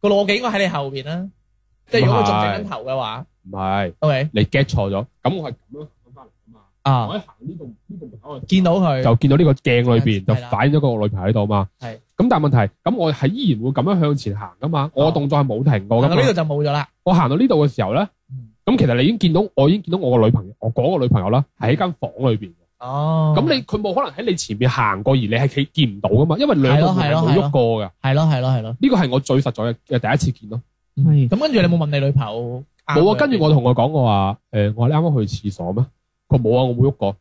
Speaker 5: 個老幾應該喺你後邊啦。即係如果佢仲整緊頭嘅話
Speaker 4: 唔係
Speaker 5: ，OK
Speaker 4: 你 get 錯咗。咁我係咁樣行翻嚟㗎嘛。
Speaker 5: 啊
Speaker 4: 我一行呢度呢度門口
Speaker 5: 見到佢
Speaker 4: 就見到呢個鏡裏邊就
Speaker 5: 係啦
Speaker 4: 反映咗個女朋友喺度嘛。
Speaker 5: 係
Speaker 4: 咁但係問題，咁我係依然會咁樣向前行噶嘛，我動作係冇停過
Speaker 5: 嗱
Speaker 4: 噶
Speaker 5: 哦到
Speaker 4: 嘛
Speaker 5: 呢。度就冇咗啦。
Speaker 4: 我行到呢度嘅時候咧
Speaker 5: 嗯，
Speaker 4: 咁其實你已經見到，我已經見到我個女朋友，我嗰個女朋友啦，係喺間房裏邊。
Speaker 5: 哦
Speaker 4: 咁你佢冇可能喺你前面行過，而你係企見唔到噶嘛，因為兩個
Speaker 5: 係
Speaker 4: 人
Speaker 5: 咯
Speaker 4: 係
Speaker 5: 係
Speaker 4: 冇
Speaker 5: 咯
Speaker 4: 喐過噶。
Speaker 5: 係咯係咯係咯。
Speaker 4: 呢個係我最實在嘅嘅第一次見咯。
Speaker 3: 係
Speaker 5: 咁跟住你冇問你女朋友啱佢？
Speaker 4: 冇啊，跟住我同佢講，我話誒，我話你啱啱去廁所咩？佢話冇啊，我冇喐 過。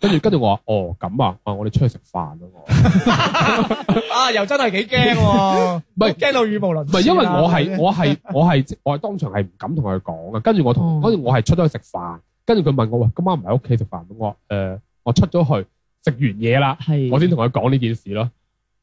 Speaker 4: 跟住跟住我話哦咁啊，我話我哋出去食飯啊。我話
Speaker 5: 啊，又真係幾驚喎，唔
Speaker 4: 係
Speaker 5: 驚到語無 倫
Speaker 4: 唔
Speaker 5: 次
Speaker 4: 係
Speaker 5: 啦。
Speaker 4: 因為 我
Speaker 3: 啊
Speaker 4: 係我係我係即我係當場係唔敢同佢講啊。跟住我同
Speaker 3: 哦
Speaker 4: 跟住我係出咗去食飯，跟住佢問我喂，今晚唔喺屋企食飯咩？我話誒，我出咗去食完嘢啦，
Speaker 3: 係
Speaker 4: 我先同佢講呢件事咯。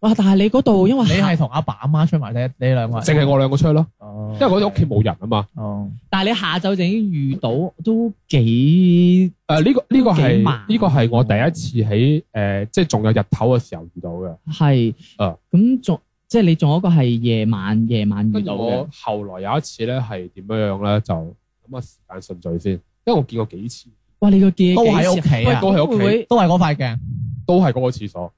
Speaker 3: 哇！但係你嗰度因為
Speaker 5: 你係同阿爸阿媽出埋呢呢兩個人，
Speaker 4: 淨係我兩個出去咯，
Speaker 5: 哦
Speaker 4: 因為我哋屋企冇人啊嘛。
Speaker 5: 哦，
Speaker 3: 但係你下晝就已經遇到，都幾
Speaker 4: 誒呢個呢個
Speaker 3: 幾
Speaker 4: 係
Speaker 3: 慢啊
Speaker 4: 呢個係我第一次喺誒即係仲有日頭嘅時候遇到嘅。
Speaker 3: 係
Speaker 4: 啊
Speaker 3: 咁仲即係你仲有一個係夜晚夜晚遇
Speaker 4: 跟住
Speaker 3: 到
Speaker 4: 我
Speaker 3: 嗯嘅，
Speaker 4: 後來有一次咧係點樣樣咧，就咁啊時間順序先，因為我見過幾次
Speaker 3: 哇！你個記
Speaker 5: 都喺屋企啊
Speaker 4: 都喺屋企
Speaker 3: 企，
Speaker 5: 都係嗰塊鏡，
Speaker 4: 都係嗰個廁所，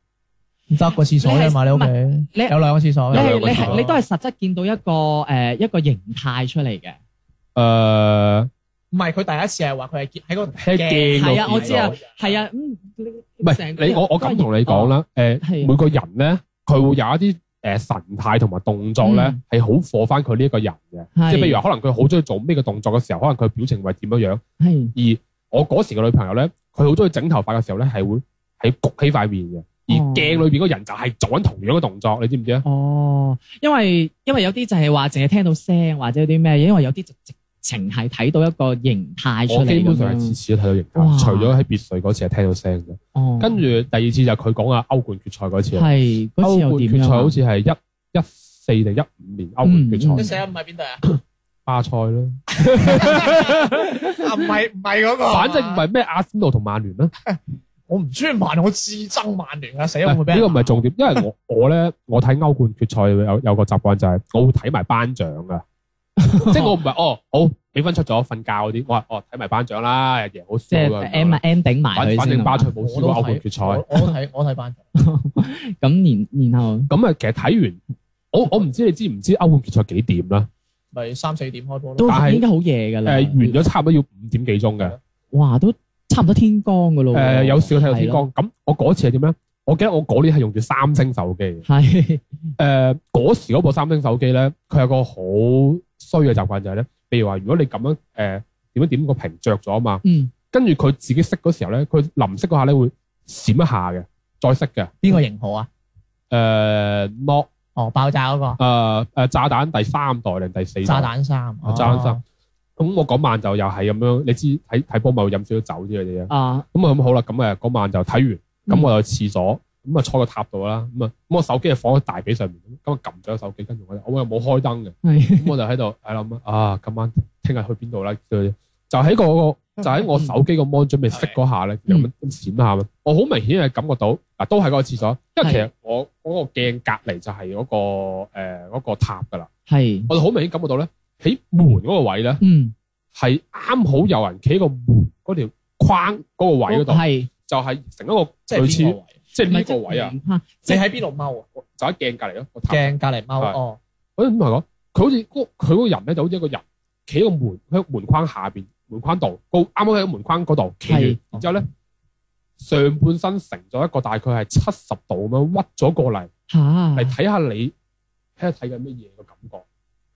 Speaker 5: 唔得個廁所啫嘛，
Speaker 3: 你係
Speaker 5: 你屋企
Speaker 3: 你
Speaker 5: 有兩個廁所
Speaker 3: 你
Speaker 5: 嘅，
Speaker 3: 係
Speaker 4: 有兩個
Speaker 3: 你
Speaker 4: 廁所
Speaker 3: 係你都係實質見到一個誒一個形態出嚟嘅，
Speaker 4: 誒
Speaker 5: 唔係佢第一次係話佢係喺個
Speaker 4: 喺鏡度
Speaker 3: 係啊，
Speaker 4: 見
Speaker 3: 我知啊
Speaker 4: 到，
Speaker 3: 係啊，嗯，你
Speaker 4: 唔
Speaker 3: 成
Speaker 4: 係
Speaker 3: 個
Speaker 4: 你我我咁同你講啦，
Speaker 3: 係啊
Speaker 4: 誒每個人咧佢會有一啲誒神態同埋動作咧
Speaker 3: 嗯
Speaker 4: 係好火翻佢呢一個人嘅，
Speaker 3: 係
Speaker 4: 即係譬如話可能佢好中意做咩嘅動作嘅時候，可能佢表情係點樣樣。
Speaker 3: 係
Speaker 4: 而我嗰時嘅女朋友咧，佢好中意整頭髮嘅時候咧，係會係焗起塊面嘅。而
Speaker 3: 哦
Speaker 4: 鏡裏邊嗰人就係做緊同樣嘅動作，你知唔知啊？
Speaker 3: 哦，因為因為有啲就係話淨係聽到聲或者有啲咩，因為有啲就直情係睇到一個形態出
Speaker 4: 我
Speaker 3: 嚟咁樣。
Speaker 4: 基本上係次次都睇到形
Speaker 3: 哇
Speaker 4: 態，除咗喺別墅嗰次係聽到聲嘅。
Speaker 3: 哦，
Speaker 4: 跟住第二次就係佢講啊歐冠決賽嗰次啊，
Speaker 3: 係嗰次
Speaker 4: 歐
Speaker 3: 又
Speaker 4: 冠
Speaker 3: 點
Speaker 4: 決賽
Speaker 3: 樣
Speaker 4: 好
Speaker 3: 啊？
Speaker 4: 似係一一四定一五年歐冠
Speaker 3: 嗯
Speaker 4: 決
Speaker 5: 你
Speaker 4: 賽，
Speaker 5: 寫唔係邊 隊啊？
Speaker 4: 巴塞啦，
Speaker 5: 啊唔係唔係嗰個，
Speaker 4: 反正唔，係咩阿仙奴同曼 聯啦。
Speaker 5: 我唔中意曼聯，我至憎曼聯啊，死
Speaker 4: 呢
Speaker 5: 我會俾人
Speaker 4: 個唔係重點，因為我我咧我睇歐冠決賽有有個習慣就係我會睇埋頒獎 噶，即係我唔係哦好比分出咗瞓覺嗰啲，我係哦睇埋頒獎啦，贏好
Speaker 3: 即
Speaker 4: 少
Speaker 3: 係
Speaker 4: 㗎
Speaker 3: end ending 埋佢
Speaker 4: 反
Speaker 3: 先
Speaker 4: 反正
Speaker 3: 啊
Speaker 4: 巴塞
Speaker 3: 嘛
Speaker 4: 冇輸過歐冠決賽。
Speaker 5: 我都睇我都睇班
Speaker 3: 咁然然後
Speaker 4: 咁啊，其實睇完，我我唔知你知唔知歐冠決賽幾點啦？
Speaker 5: 咪三四點開波
Speaker 3: 都
Speaker 5: 咯。
Speaker 4: 但係
Speaker 3: 應該好夜㗎
Speaker 4: 誒、
Speaker 3: 啦。
Speaker 4: 完咗差唔多要五點幾鐘嘅。誒、
Speaker 3: 哇，都差唔多天光㗎咯喎。
Speaker 4: 有少睇到天光。咁我嗰次係點咧？我記得我嗰年係用住三星手機嘅。誒、
Speaker 3: 係咯。係
Speaker 4: 嗰時嗰部三星手機咧，佢有個好衰嘅習慣就係、咧，譬如話如果你咁樣誒點樣點個屏着咗啊嘛，
Speaker 3: 嗯，
Speaker 4: 跟住佢自己熄嗰時候咧，佢臨熄嗰下咧會閃一下嘅，再熄嘅。誒、
Speaker 5: 邊個型號啊？
Speaker 4: 呃、not
Speaker 5: 哦，爆炸嗰個
Speaker 4: 誒誒炸彈第三代定第四代？
Speaker 5: 炸彈三，哦
Speaker 4: 炸彈三。咁我嗰晚就又係咁樣，你知睇睇波咪會飲少少酒之類嘅嘢。
Speaker 3: 啊
Speaker 4: 咁啊咁好啦，咁誒嗰晚就睇完，
Speaker 3: 嗯
Speaker 4: 咁我就去廁所，咁啊坐個塔度啦，咁啊咁我手機就放喺大髀上面，咁啊撳咗手機，跟住我就我又冇開燈嘅，
Speaker 3: 係
Speaker 4: 咁我就喺度喺諗啊，今晚聽日去邊度咧？就喺個就喺我手機個 mon 準備熄嗰下咧，
Speaker 3: 嗯
Speaker 4: 咁樣閃下嘛，我好明顯係感覺到嗱，都係嗰個廁所，因為其
Speaker 3: 係
Speaker 4: 實我嗰個鏡隔離就係嗰個誒嗰個塔㗎啦，
Speaker 3: 係
Speaker 4: 我就好明顯感覺到咧喺門嗰個位咧
Speaker 3: 嗯
Speaker 4: 係啱好有人企喺個門嗰條框嗰個位嗰度。
Speaker 3: 哦係
Speaker 4: 就係成一個
Speaker 5: 即係
Speaker 4: 類似
Speaker 5: 邊個位？
Speaker 4: 即係呢個位啊，
Speaker 3: 啊，
Speaker 5: 你喺邊度踎啊？
Speaker 4: 就喺鏡隔離咯。個頭，
Speaker 5: 鏡隔離踎
Speaker 4: 係
Speaker 5: 哦，
Speaker 4: 我點同佢講？佢好似嗰佢嗰個人咧，就好似一個人企喺個門喺個門框下邊，門框度，個啱啱喺個門框嗰度企
Speaker 3: 係
Speaker 4: 住，然之後咧上半身成咗一個大概係七十度咁樣屈咗過嚟，
Speaker 3: 嚇
Speaker 4: 嚟睇下你睇下睇緊乜嘢嘅感覺。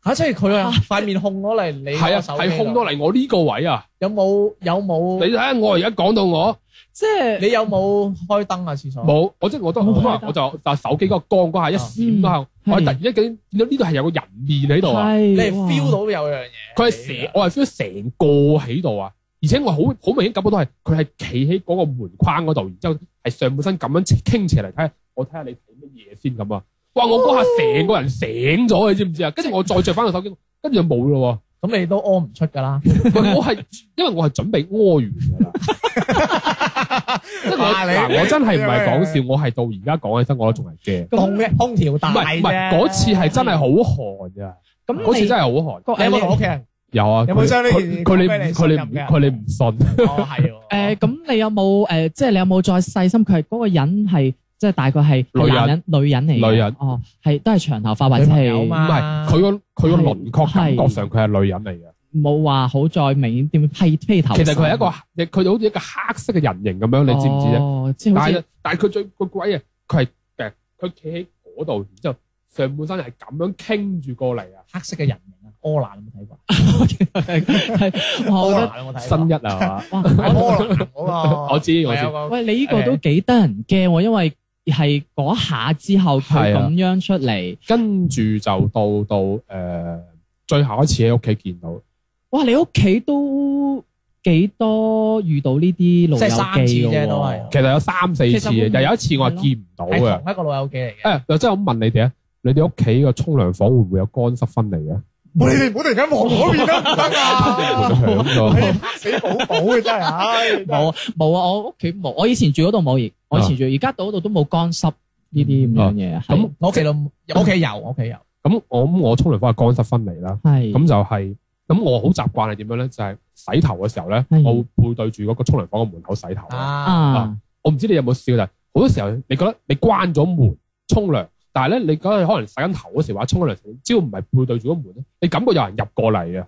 Speaker 5: 嚇！即係佢啊，塊面控咗嚟你
Speaker 4: 係啊，
Speaker 5: 個手機
Speaker 4: 係控到
Speaker 5: 度
Speaker 4: 嚟我呢個位啊！
Speaker 5: 有冇有
Speaker 4: 你
Speaker 5: 冇
Speaker 4: 睇下我而家講到我
Speaker 3: 即係
Speaker 5: 你有冇開燈啊？廁
Speaker 3: 哦
Speaker 5: 所
Speaker 4: 冇，我即係我都
Speaker 3: 冇
Speaker 4: 可能
Speaker 3: 得
Speaker 4: 我就就手機嗰個光嗰下一閃嗰下，
Speaker 3: 嗯
Speaker 4: 我
Speaker 3: 係
Speaker 4: 突然之間見到呢度係有個人面喺度啊！
Speaker 3: 係
Speaker 5: 你係
Speaker 3: 哇
Speaker 5: feel 到有樣嘢，
Speaker 4: 佢係
Speaker 5: 啊
Speaker 4: 成，我係 feel 成個喺度啊！而且我好好明顯感覺到係佢係企喺嗰個門框嗰度，然之後係上半身咁樣傾斜嚟睇，我睇下你睇乜嘢先咁啊！哇！我嗰
Speaker 3: 哦
Speaker 4: 下成個人醒咗，你知唔知啊？跟住 我再着翻個手機，跟住就冇咯
Speaker 5: 咁你都屙唔出㗎啦。
Speaker 4: 喎。喂，我係因為我係準備屙完㗎啦， 即係我
Speaker 5: 哇你
Speaker 4: 嗱，我真係唔係講笑，我係到而家講起身我都仲係驚。
Speaker 5: 凍嘅空調
Speaker 4: 唔
Speaker 5: 大
Speaker 4: 係
Speaker 5: 啫
Speaker 4: 唔係，嗰次係真係好寒㗎，
Speaker 3: 咁
Speaker 4: 嗰次
Speaker 3: 你
Speaker 4: 真係好寒。
Speaker 3: 個
Speaker 5: 你有冇同屋企人
Speaker 4: 有啊，
Speaker 5: 有冇
Speaker 4: 佢
Speaker 5: 將呢件事
Speaker 4: 佢佢
Speaker 5: 講俾
Speaker 4: 哋
Speaker 5: 你
Speaker 4: 唔佢哋
Speaker 5: 信
Speaker 4: 唔
Speaker 5: 任嘅
Speaker 4: 佢哋唔信，
Speaker 5: 哦，係喎。
Speaker 3: 诶，咁你有冇诶，即係你有冇再細心？佢係嗰個人係即係大概係
Speaker 4: 女人
Speaker 3: 男人、女人嚟嘅，
Speaker 4: 女人
Speaker 3: 哦，係都係長頭髮或者
Speaker 5: 女朋友
Speaker 3: 係
Speaker 4: 唔
Speaker 5: 嘛
Speaker 4: 係佢個佢個輪廓
Speaker 3: 係
Speaker 4: 感覺上佢係女人嚟嘅。
Speaker 3: 冇話好再明顯點披披頭。
Speaker 4: 其實佢係一個佢好似一個黑色嘅人形咁樣，你知唔知咧？
Speaker 3: 哦，即係
Speaker 4: 但
Speaker 3: 好似
Speaker 4: 係但係佢最個鬼啊，佢係誒佢企喺嗰度，然之後上半身係咁樣傾住過嚟啊，
Speaker 5: 黑色嘅人形啊，柯南有冇睇過？
Speaker 4: 新？一啊係嘛
Speaker 3: 係 我覺得，哇，
Speaker 5: 柯南有冇睇過係柯南嗰個，
Speaker 4: 我知我知啊
Speaker 5: 係有啊個
Speaker 3: 喂，你呢個都幾得人驚喎，因為係嗰下之後佢
Speaker 4: 係啊
Speaker 3: 咁樣出嚟，
Speaker 4: 跟住就到到誒、呃最後一次喺屋企見到，
Speaker 3: 哇！你屋企都幾多遇到呢啲
Speaker 5: 即係三
Speaker 3: 老友
Speaker 5: 次
Speaker 3: 記嘅
Speaker 5: 啫，都
Speaker 3: 喎
Speaker 5: 係。
Speaker 4: 其實有三四
Speaker 3: 其
Speaker 4: 次
Speaker 3: 實
Speaker 4: 嘅，
Speaker 3: 會唔
Speaker 4: 又有一次我係見唔到
Speaker 5: 係
Speaker 4: 嘅。
Speaker 5: 同一個老友記嚟嘅。
Speaker 4: 誒，又真係咁問你哋啊，你哋屋企個沖涼房會唔會有乾濕分離啊嘅？
Speaker 5: 喂，你哋唔好突然間望嗰邊得唔得啊？
Speaker 4: 會響
Speaker 5: 你拍死寶寶嘅真係，唉，
Speaker 3: 冇冇啊！我屋企冇，我以前住嗰度冇，而我以前住而家到嗰度都冇乾濕呢啲咁樣嘢。
Speaker 4: 咁
Speaker 5: 我屋企都我屋企有，我屋企有。
Speaker 4: 到咁我咁我沖涼房係乾濕分離啦，
Speaker 3: 係
Speaker 4: 咁就係、咁我好習慣係點樣咧？就係、洗頭嘅時候咧，
Speaker 3: 係
Speaker 4: 我會背對住嗰個沖涼房嘅門口洗頭。
Speaker 5: 啊，
Speaker 3: 啊，
Speaker 4: 我唔知你有冇試過，就係好多時候你覺得你關咗門沖涼，但係咧你覺得可能洗緊頭嗰時或者沖緊涼時，只要唔係背對住個門咧，你感覺有人入過嚟嘅，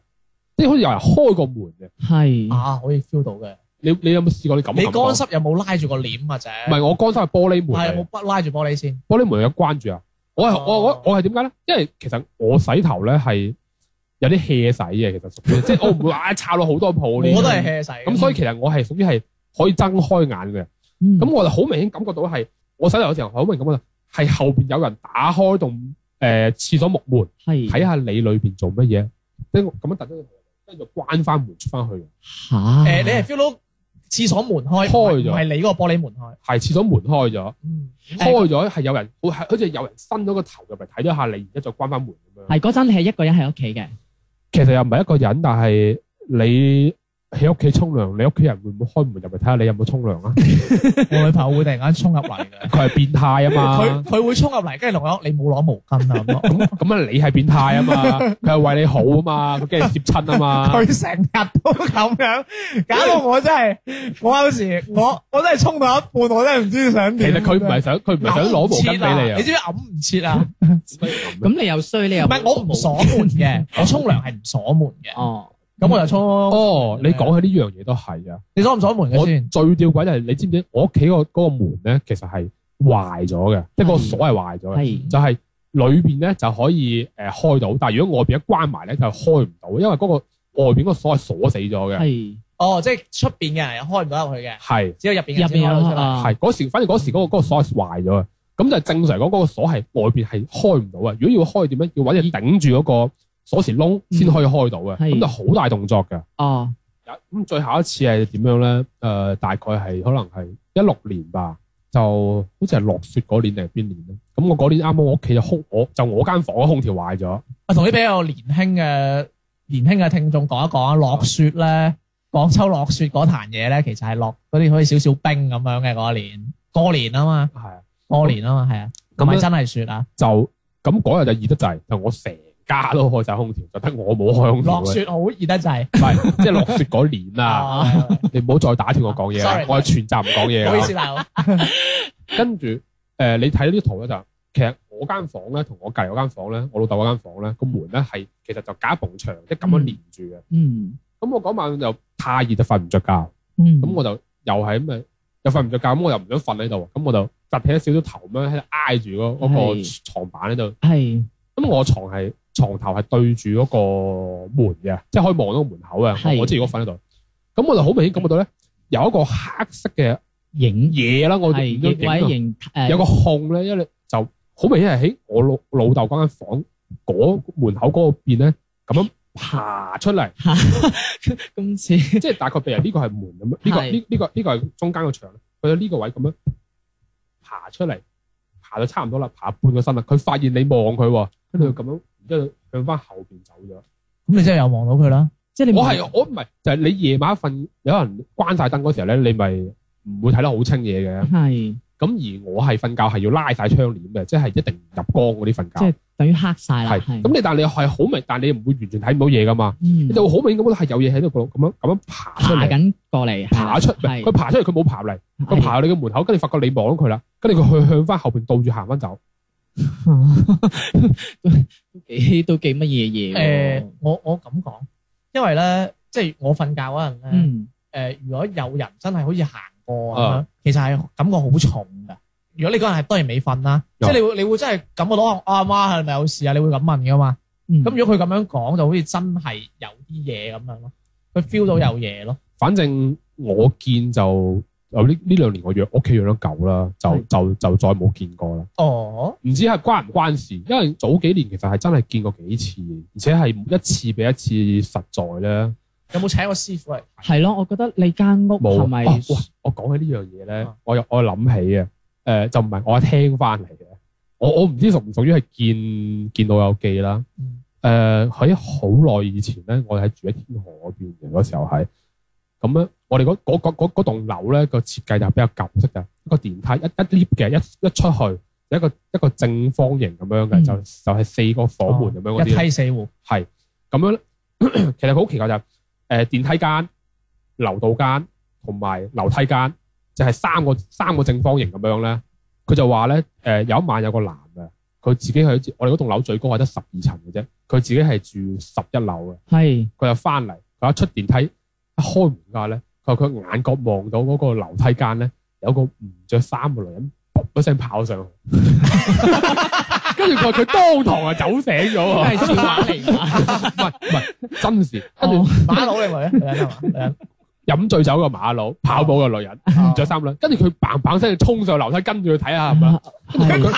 Speaker 4: 即係好似有人開個門嘅。
Speaker 3: 係
Speaker 5: 啊，可以 feel 到嘅。
Speaker 4: 你你有冇試過你咁？啊
Speaker 5: 你乾？濕有冇拉住個簾啊？姐，
Speaker 4: 唔係我乾濕係玻璃門
Speaker 5: 係
Speaker 4: 嚟
Speaker 5: 我，不拉住玻璃先。
Speaker 4: 玻璃門有關住啊！我係
Speaker 5: 哦
Speaker 4: 我我我係點解咧？因為其實我洗頭咧係有啲 hea 洗嘅，其實屬 於即係我唔會話啊抄到好多泡
Speaker 5: 我
Speaker 4: 呢啲。
Speaker 5: 都係 hea 洗嘅。
Speaker 4: 咁，所以其實我係屬於係可以睜開眼嘅。咁
Speaker 5: 嗯
Speaker 3: 咁
Speaker 4: 我就好明顯感覺到係，我洗頭嘅時候好明顯感覺到係後邊有人打開棟誒廁所木門，
Speaker 5: 嗯
Speaker 3: 係
Speaker 4: 睇下你裏邊做乜嘢，跟住咁樣突咗個頭，跟住就關翻門出翻去嘅，啊
Speaker 3: 嚇
Speaker 5: 誒，你係 feel 到廁所門開
Speaker 4: 開咗
Speaker 5: 唔係你嗰個玻璃門開。
Speaker 4: 係廁所門開咗，
Speaker 5: 嗯，
Speaker 4: 開咗係有人，好係好似有人伸咗個頭入嚟睇咗下你，然之後再關翻門咁樣。
Speaker 3: 係嗰陣你係一個人喺屋企嘅，
Speaker 4: 其實又唔係一個人，但係你喺屋企沖涼，你屋企人會唔會開門入嚟睇下你有冇沖涼啊？
Speaker 5: 我女朋友會突然間衝入嚟嘅。
Speaker 4: 佢係變態啊嘛，
Speaker 5: 佢佢會衝入嚟，跟住同我講：你冇攞毛 巾啊咁咯。
Speaker 4: 咁咁啊，你係變態啊嘛，佢係為你好啊嘛，佢驚你攝親啊嘛。
Speaker 5: 佢成日都咁樣，搞到我真係，我有時我我真係衝到一半，我真係唔知想
Speaker 4: 其
Speaker 5: 點。
Speaker 4: 實佢唔係想，佢唔係想攞毛巾俾你
Speaker 5: 你
Speaker 4: 啊。
Speaker 5: 知唔知揞唔 切啊？
Speaker 4: 咁
Speaker 3: 咁你又衰，你又
Speaker 5: 唔係我唔鎖門嘅，我沖涼係唔鎖門嘅。
Speaker 3: 哦，
Speaker 5: 咁我就沖。
Speaker 4: 哦，你講起呢樣嘢都係啊！
Speaker 5: 你鎖唔鎖門嘅
Speaker 4: 我
Speaker 5: 先？
Speaker 4: 最吊鬼就係你知唔知我屋企個嗰個門咧，其實係壞咗嘅，即係個鎖係壞咗嘅，
Speaker 3: 係
Speaker 4: 就係裏邊咧就可以誒開到，但係如果外邊一關埋咧就開唔到，因為嗰個外邊嗰個鎖係鎖死咗嘅。
Speaker 3: 係
Speaker 5: 哦，即係出邊嘅人開唔到入去嘅，
Speaker 4: 係
Speaker 5: 只有入邊嘅
Speaker 3: 入
Speaker 5: 人先
Speaker 3: 邊
Speaker 5: 開到出
Speaker 3: 有
Speaker 5: 嚟。
Speaker 3: 啊，
Speaker 4: 係嗰時，反正嗰時嗰個嗰個鎖係壞咗嘅。咁就正常嚟講，嗰個鎖係外邊係開唔到啊！如果要開點咧，要揾嘢頂住嗰個鎖匙窿先可以開到嘅，
Speaker 3: 嗯係
Speaker 4: 咁就好大動作嘅。
Speaker 3: 哦，
Speaker 4: 咁最後一次係點樣咧？誒、大概係可能係一六年吧，就好似係落雪嗰年定係邊年咧？咁我嗰年啱啱我屋企就空，我就我間房嘅空調壞咗，
Speaker 5: 我同啲比較年輕嘅年輕嘅聽眾講一講啊，落雪咧，廣州落雪嗰壇嘢咧，其實係落嗰啲好似少少冰咁樣嘅嗰一年，過年啊嘛，
Speaker 4: 係啊
Speaker 5: 過年啊嘛，係啊，唔
Speaker 4: 咁
Speaker 5: 係
Speaker 4: 咧
Speaker 5: 真係雪啊，
Speaker 4: 就咁嗰日就熱得滯，就我成家都開晒空調，就得我冇開空調嘅
Speaker 5: 落雪好熱得滯
Speaker 4: 唔係即係落雪嗰年啊！
Speaker 5: 啊！
Speaker 4: 你唔好再打斷我講嘢啦
Speaker 5: Sorry，
Speaker 4: 我係全集唔講嘢
Speaker 5: 唔好意思，
Speaker 4: 啦。
Speaker 5: 大佬，
Speaker 4: 跟住誒、你睇呢啲圖咧就，其實我間房咧同我隔離嗰間房咧，我老豆嗰間房咧個門咧係其實就隔一埲牆，即係咁樣連住嘅。
Speaker 3: 嗯
Speaker 4: 咁我嗰晚就太熱就瞓唔着覺，咁
Speaker 3: 嗯，
Speaker 4: 我就又係咁啊，又瞓唔着覺，咁我又唔想瞓喺度，咁我就趌起咗少少頭咁樣喺度挨住嗰嗰
Speaker 5: 嗯
Speaker 4: 個
Speaker 3: 係
Speaker 4: 床板喺度。
Speaker 3: 係
Speaker 4: 咁我床係床頭係對住嗰個門嘅，即係可以望到個門口嘅。
Speaker 3: 係
Speaker 4: 我我知如果瞓喺度，咁我就好明顯感覺到咧有一個黑色嘅
Speaker 3: 影
Speaker 4: 嘢啦，我
Speaker 3: 係
Speaker 4: 唔知
Speaker 3: 影
Speaker 4: 點
Speaker 3: 位
Speaker 4: 啊
Speaker 3: 形誒
Speaker 4: 有個控咧，因為就好明顯係喺我老老豆嗰間房嗰門口嗰邊咧咁樣爬出 嚟。
Speaker 3: 今次
Speaker 4: 即係大概譬如呢個係門咁樣，呢、個
Speaker 3: 係
Speaker 4: 呢呢、個呢、個係中間個牆，佢喺呢個位咁樣爬出嚟，爬到差唔多啦，爬半個身啦，佢發現你望佢喎，跟住佢咁樣，然之後向翻後邊走咗。
Speaker 5: 咁你真係有望到佢啦。
Speaker 3: 即係你
Speaker 4: 我
Speaker 3: 冇
Speaker 4: 係我唔係就係、你夜晚瞓，有人關晒燈嗰時候咧，你咪唔會睇得好清嘢嘅。
Speaker 3: 係
Speaker 4: 咁而我係瞓覺係要拉晒窗簾嘅，即係一定唔入光嗰啲
Speaker 3: 即
Speaker 4: 瞓覺。
Speaker 3: 係等於黑晒啦，
Speaker 4: 係
Speaker 3: 係
Speaker 4: 咁你但係你係好明，但係你唔會完全睇唔到嘢噶嘛？
Speaker 3: 嗯
Speaker 4: 你就會好明顯咁覺得係有嘢喺度咁樣咁樣爬出
Speaker 3: 爬
Speaker 4: 嚟，
Speaker 3: 緊過嚟，
Speaker 4: 爬出嚟。佢爬出嚟，佢冇爬嚟，佢爬到你嘅門口，跟住發覺你望咗佢啦，跟住佢去向翻後邊倒住行翻走。
Speaker 3: 幾都幾乜嘢嘢
Speaker 5: 诶
Speaker 3: 喎，，
Speaker 5: 我我咁講，因為咧，即係我瞓覺嗰陣咧，
Speaker 3: 嗯
Speaker 5: 诶，呃如果有人真係好似行過咁樣
Speaker 4: 啊，
Speaker 5: 其實係感覺好重㗎。如果你嗰人係當然未瞓啦，即係你會你會真係感覺到啊阿媽係咪有事啊？你會咁問㗎嘛？
Speaker 3: 嗯，
Speaker 5: 咁如果佢咁樣講，就好似真係有啲嘢咁樣咯，佢 feel 到有嘢咯。
Speaker 4: 反正我見就有呢呢兩年我養屋企養咗狗啦，就
Speaker 3: 係
Speaker 4: 就就再冇見過啦。
Speaker 5: 哦，
Speaker 4: 唔知係關唔關事，因為早幾年其實係真係見過幾次，而且係一次比一次實在咧。
Speaker 5: 有冇請個師傅嚟？
Speaker 3: 係咯，我覺得你間屋
Speaker 4: 冇
Speaker 3: 係咪
Speaker 4: 哦哇！我講起呢樣嘢咧
Speaker 5: 啊，
Speaker 4: 我又我又諗起嘅，誒、就唔係我係聽翻嚟嘅，我我唔知屬唔屬於係見見老友記啦。
Speaker 5: 嗯
Speaker 4: 誒喺好耐以前咧，我哋係住喺天河嗰邊嘅，嗰時候係咁咧，我哋嗰嗰嗰嗰嗰棟樓咧個設計就比較舊式嘅，一個電梯一一 lift 嘅，一一出去有一個一個正方形咁樣嘅，
Speaker 3: 嗯
Speaker 4: 就就係四個房門咁樣嗰
Speaker 5: 一
Speaker 4: 啲啦。
Speaker 5: 梯四戶，
Speaker 4: 係咁樣咧，其實佢好奇怪就係、誒電梯間、樓道間同埋樓梯間，就係、三個三個正方形咁樣咧。佢就話咧誒有一晚有個男嘅，佢自己喺我哋嗰棟樓最高係得十二層嘅啫，佢自己係住十一樓嘅，
Speaker 3: 係
Speaker 4: 佢就翻嚟，佢一出電梯一開門架咧，佢話佢眼角望到嗰個樓梯間咧有個唔着衫嘅女人。噗一聲跑上去，跟住佢話佢當堂啊走醒咗
Speaker 3: 梗
Speaker 4: 喎
Speaker 3: 係笑話嚟㗎？
Speaker 4: 唔係唔係真事，跟住
Speaker 3: 哦
Speaker 5: 馬佬你 咪女人係嘛？女人哦
Speaker 4: 飲醉酒嘅馬佬、跑步嘅女人、唔 着衫女，跟住佢砰砰聲衝上樓梯，跟住佢睇下係咪。
Speaker 3: 係
Speaker 5: 啊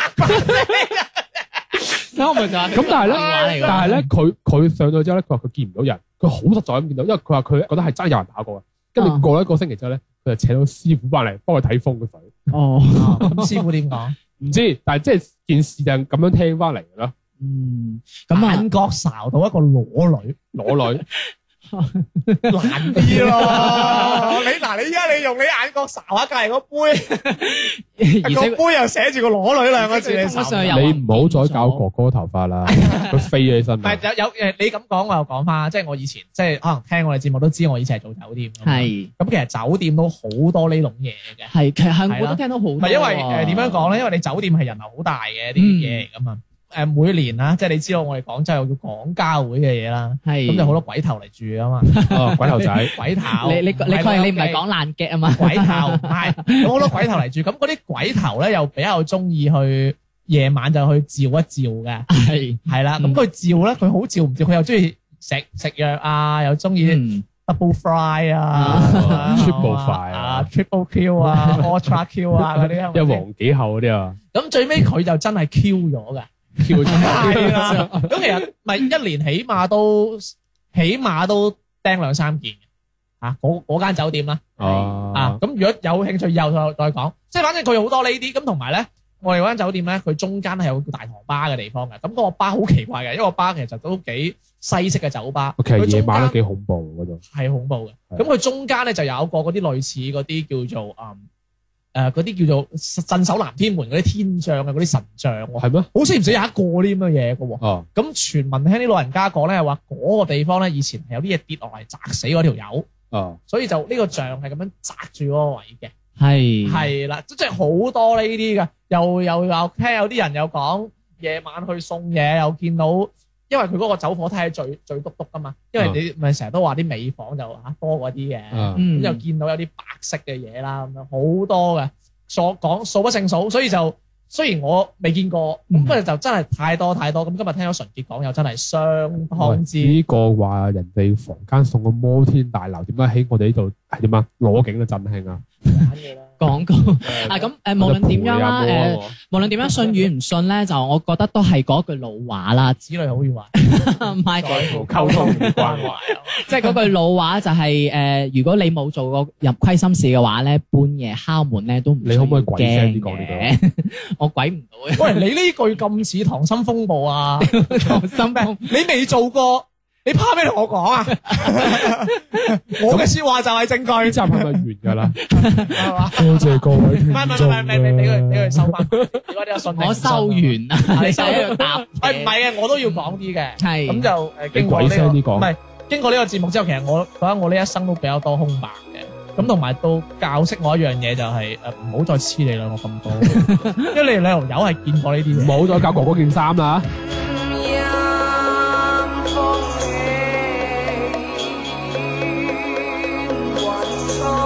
Speaker 5: 咁我咪就係
Speaker 4: 咁但係
Speaker 3: 話嚟
Speaker 4: 咧
Speaker 3: 㗎，
Speaker 4: 但係咧，佢佢上咗之後咧，佢話佢見唔到人，佢好實在咁見到，因為佢話佢覺得係真係有人跑過嘅。跟
Speaker 3: 啊
Speaker 4: 住過咗一個星期之後咧，佢就請到師傅翻嚟幫佢睇風嘅水。
Speaker 3: 哦，
Speaker 5: 咁師傅點 講？
Speaker 4: 唔知，但係即係件事就係咁樣聽翻嚟嘅咯。
Speaker 3: Ừ. 嗯，咁啊，
Speaker 5: 眼角睄到一個裸女，
Speaker 4: 裸女
Speaker 5: 難啲咯。 你嗱，你而家你用你眼角睄下隔離個杯，
Speaker 3: 而且
Speaker 5: 個杯又寫住個裸女兩個字，你
Speaker 3: 通常
Speaker 5: 睄
Speaker 3: 有
Speaker 5: 唔到。
Speaker 4: 你唔好再搞哥哥頭髮 啦，佢飛起身
Speaker 5: 唔
Speaker 4: 啦。
Speaker 5: 係有有誒，你咁講我又講翻，即係我以前即係可能聽我哋節目都知，我以前係做酒店㗎嘛。
Speaker 3: 係
Speaker 5: 咁其實酒店都好多呢種嘢嘅。
Speaker 3: 係，其實係
Speaker 5: 係
Speaker 3: 我
Speaker 5: 啦
Speaker 3: 都聽到好多
Speaker 5: 唔
Speaker 3: 啊。
Speaker 5: 係因為誒點樣講咧？因為你酒店係人流好大嘅啲嘢嚟噶嘛。誒每年啦，即係你知道我哋廣州有叫廣交會嘅嘢啦，
Speaker 3: 係
Speaker 5: 咁就好多鬼頭嚟住噶嘛。
Speaker 4: 哦，鬼頭 仔，
Speaker 5: 鬼頭，
Speaker 3: 你你你
Speaker 5: 係
Speaker 3: 確
Speaker 5: 啦
Speaker 3: 認你唔係
Speaker 5: ，OK，
Speaker 3: 講爛 g 啊嘛？
Speaker 5: 鬼頭，唔係咁好多鬼頭嚟住。咁嗰啲鬼頭咧又比較中意去夜晚就去照一照嘅，
Speaker 3: 係
Speaker 5: 係啦。咁
Speaker 3: 嗯
Speaker 5: 佢照咧，佢好照唔照？佢又中意食食藥啊，又中意。
Speaker 3: 嗯
Speaker 5: double fry 啊
Speaker 4: 啊，triple fry 啊
Speaker 5: 啊，triple Q 啊，ultra Q 啊嗰啲，
Speaker 4: 一黃幾厚嗰啲 啊
Speaker 5: 咁最尾佢就真係 Q 咗嘅，
Speaker 4: ，Q
Speaker 5: 係啦。咁其實咪一年起碼都起碼都釘兩三件嘅，啊嗰嗰間酒店啦，啊
Speaker 4: 哦，
Speaker 5: 咁如果有興趣以後再再講，即係反正佢有好多呢啲，咁同埋咧。我哋嗰間酒店咧，佢中間係有個大堂巴嘅地方嘅，咁、嗰個巴好奇怪嘅，因為個巴其實都幾西式嘅酒吧，
Speaker 4: 哦其實
Speaker 5: 佢
Speaker 4: 夜
Speaker 5: 中
Speaker 4: 晚
Speaker 5: 間
Speaker 4: 都幾恐怖嗰度。
Speaker 5: 係恐怖嘅。
Speaker 4: 係
Speaker 5: 咁佢中間咧就有一個嗰啲類似嗰啲叫做嗯誒嗰啲叫做鎮守南天門嗰啲天將嘅嗰啲神像喎，
Speaker 4: 係咩？
Speaker 5: 好似唔止有一個啲咁嘅嘢嘅喎。
Speaker 4: 哦，
Speaker 5: 咁傳聞聽啲老人家講咧，話嗰個地方咧以前係有啲嘢跌落嚟砸死嗰條友，
Speaker 4: 哦，
Speaker 5: 所以就呢個像係咁樣砸住嗰個位嘅。
Speaker 3: 係
Speaker 5: 係啦，即係好多呢啲嘅，又又又聽有啲人又講夜晚去送嘢，又見到，因為佢嗰個走火梯係最最篤篤噶嘛，因為你咪成日都話啲美房就嚇多嗰啲嘅，咁、
Speaker 4: 啊，
Speaker 3: 嗯
Speaker 5: 又見到有啲白色嘅嘢啦，咁樣好多嘅，所講數不勝數，所以就雖然我未見過，咁
Speaker 3: 嗯
Speaker 5: 不過就真係太多太多，咁今日聽咗純潔講又真係相當之
Speaker 4: 呢個話人哋房間送個摩天大樓，點解喺我哋呢度係點啊？攞景嘅振興啊！
Speaker 5: 玩嘅啦。
Speaker 3: 廣告啊，咁誒無論點樣
Speaker 4: à,
Speaker 3: 啦，誒
Speaker 4: 啊
Speaker 3: 無論點樣信與唔信咧，就我覺得都係嗰句老話啦，
Speaker 5: 子女好與壞，
Speaker 3: 唔係。
Speaker 5: 在乎
Speaker 4: 溝通與關懷啊
Speaker 5: 懷。
Speaker 3: 即係嗰句老話就係、呃如果你冇做過入虧心事嘅話咧，半夜敲門咧都唔
Speaker 4: 你可唔可以鬼聲啲
Speaker 3: 講
Speaker 4: 講
Speaker 3: 呢
Speaker 4: 呢
Speaker 3: 句？ 我鬼唔到 嘅，
Speaker 5: 喂，你呢句咁似溏心風暴啊！
Speaker 3: 溏心風
Speaker 5: 你未做過，你怕咩同我講 啊？我嘅说話就係證
Speaker 4: 呢
Speaker 5: 據，
Speaker 4: 集係咪完㗎啦？
Speaker 5: 係嘛？
Speaker 4: 多謝各位
Speaker 5: 唔
Speaker 4: 聽
Speaker 5: 係唔係唔係，你你俾佢俾佢收翻，如果你 有信定唔
Speaker 3: 我
Speaker 5: 信啊
Speaker 3: 收。完啦，你就 喺度答嘢。
Speaker 5: 喂，唔係嘅，我都要講啲嘅。
Speaker 3: 係
Speaker 5: 咁就誒經
Speaker 4: 你
Speaker 5: 過呢
Speaker 4: 鬼
Speaker 5: 個
Speaker 4: 聲啲
Speaker 5: 唔
Speaker 4: 講，
Speaker 5: 係經過呢個節目之後，其實我覺得我呢一生都比較多空白嘅。咁同埋到教識我一樣嘢就係誒唔好再黐你兩個 咁多，因為你哋兩條友係見過呢啲嘢
Speaker 4: 唔。好再搞哥哥件衫啦。
Speaker 6: 任風起，雲開。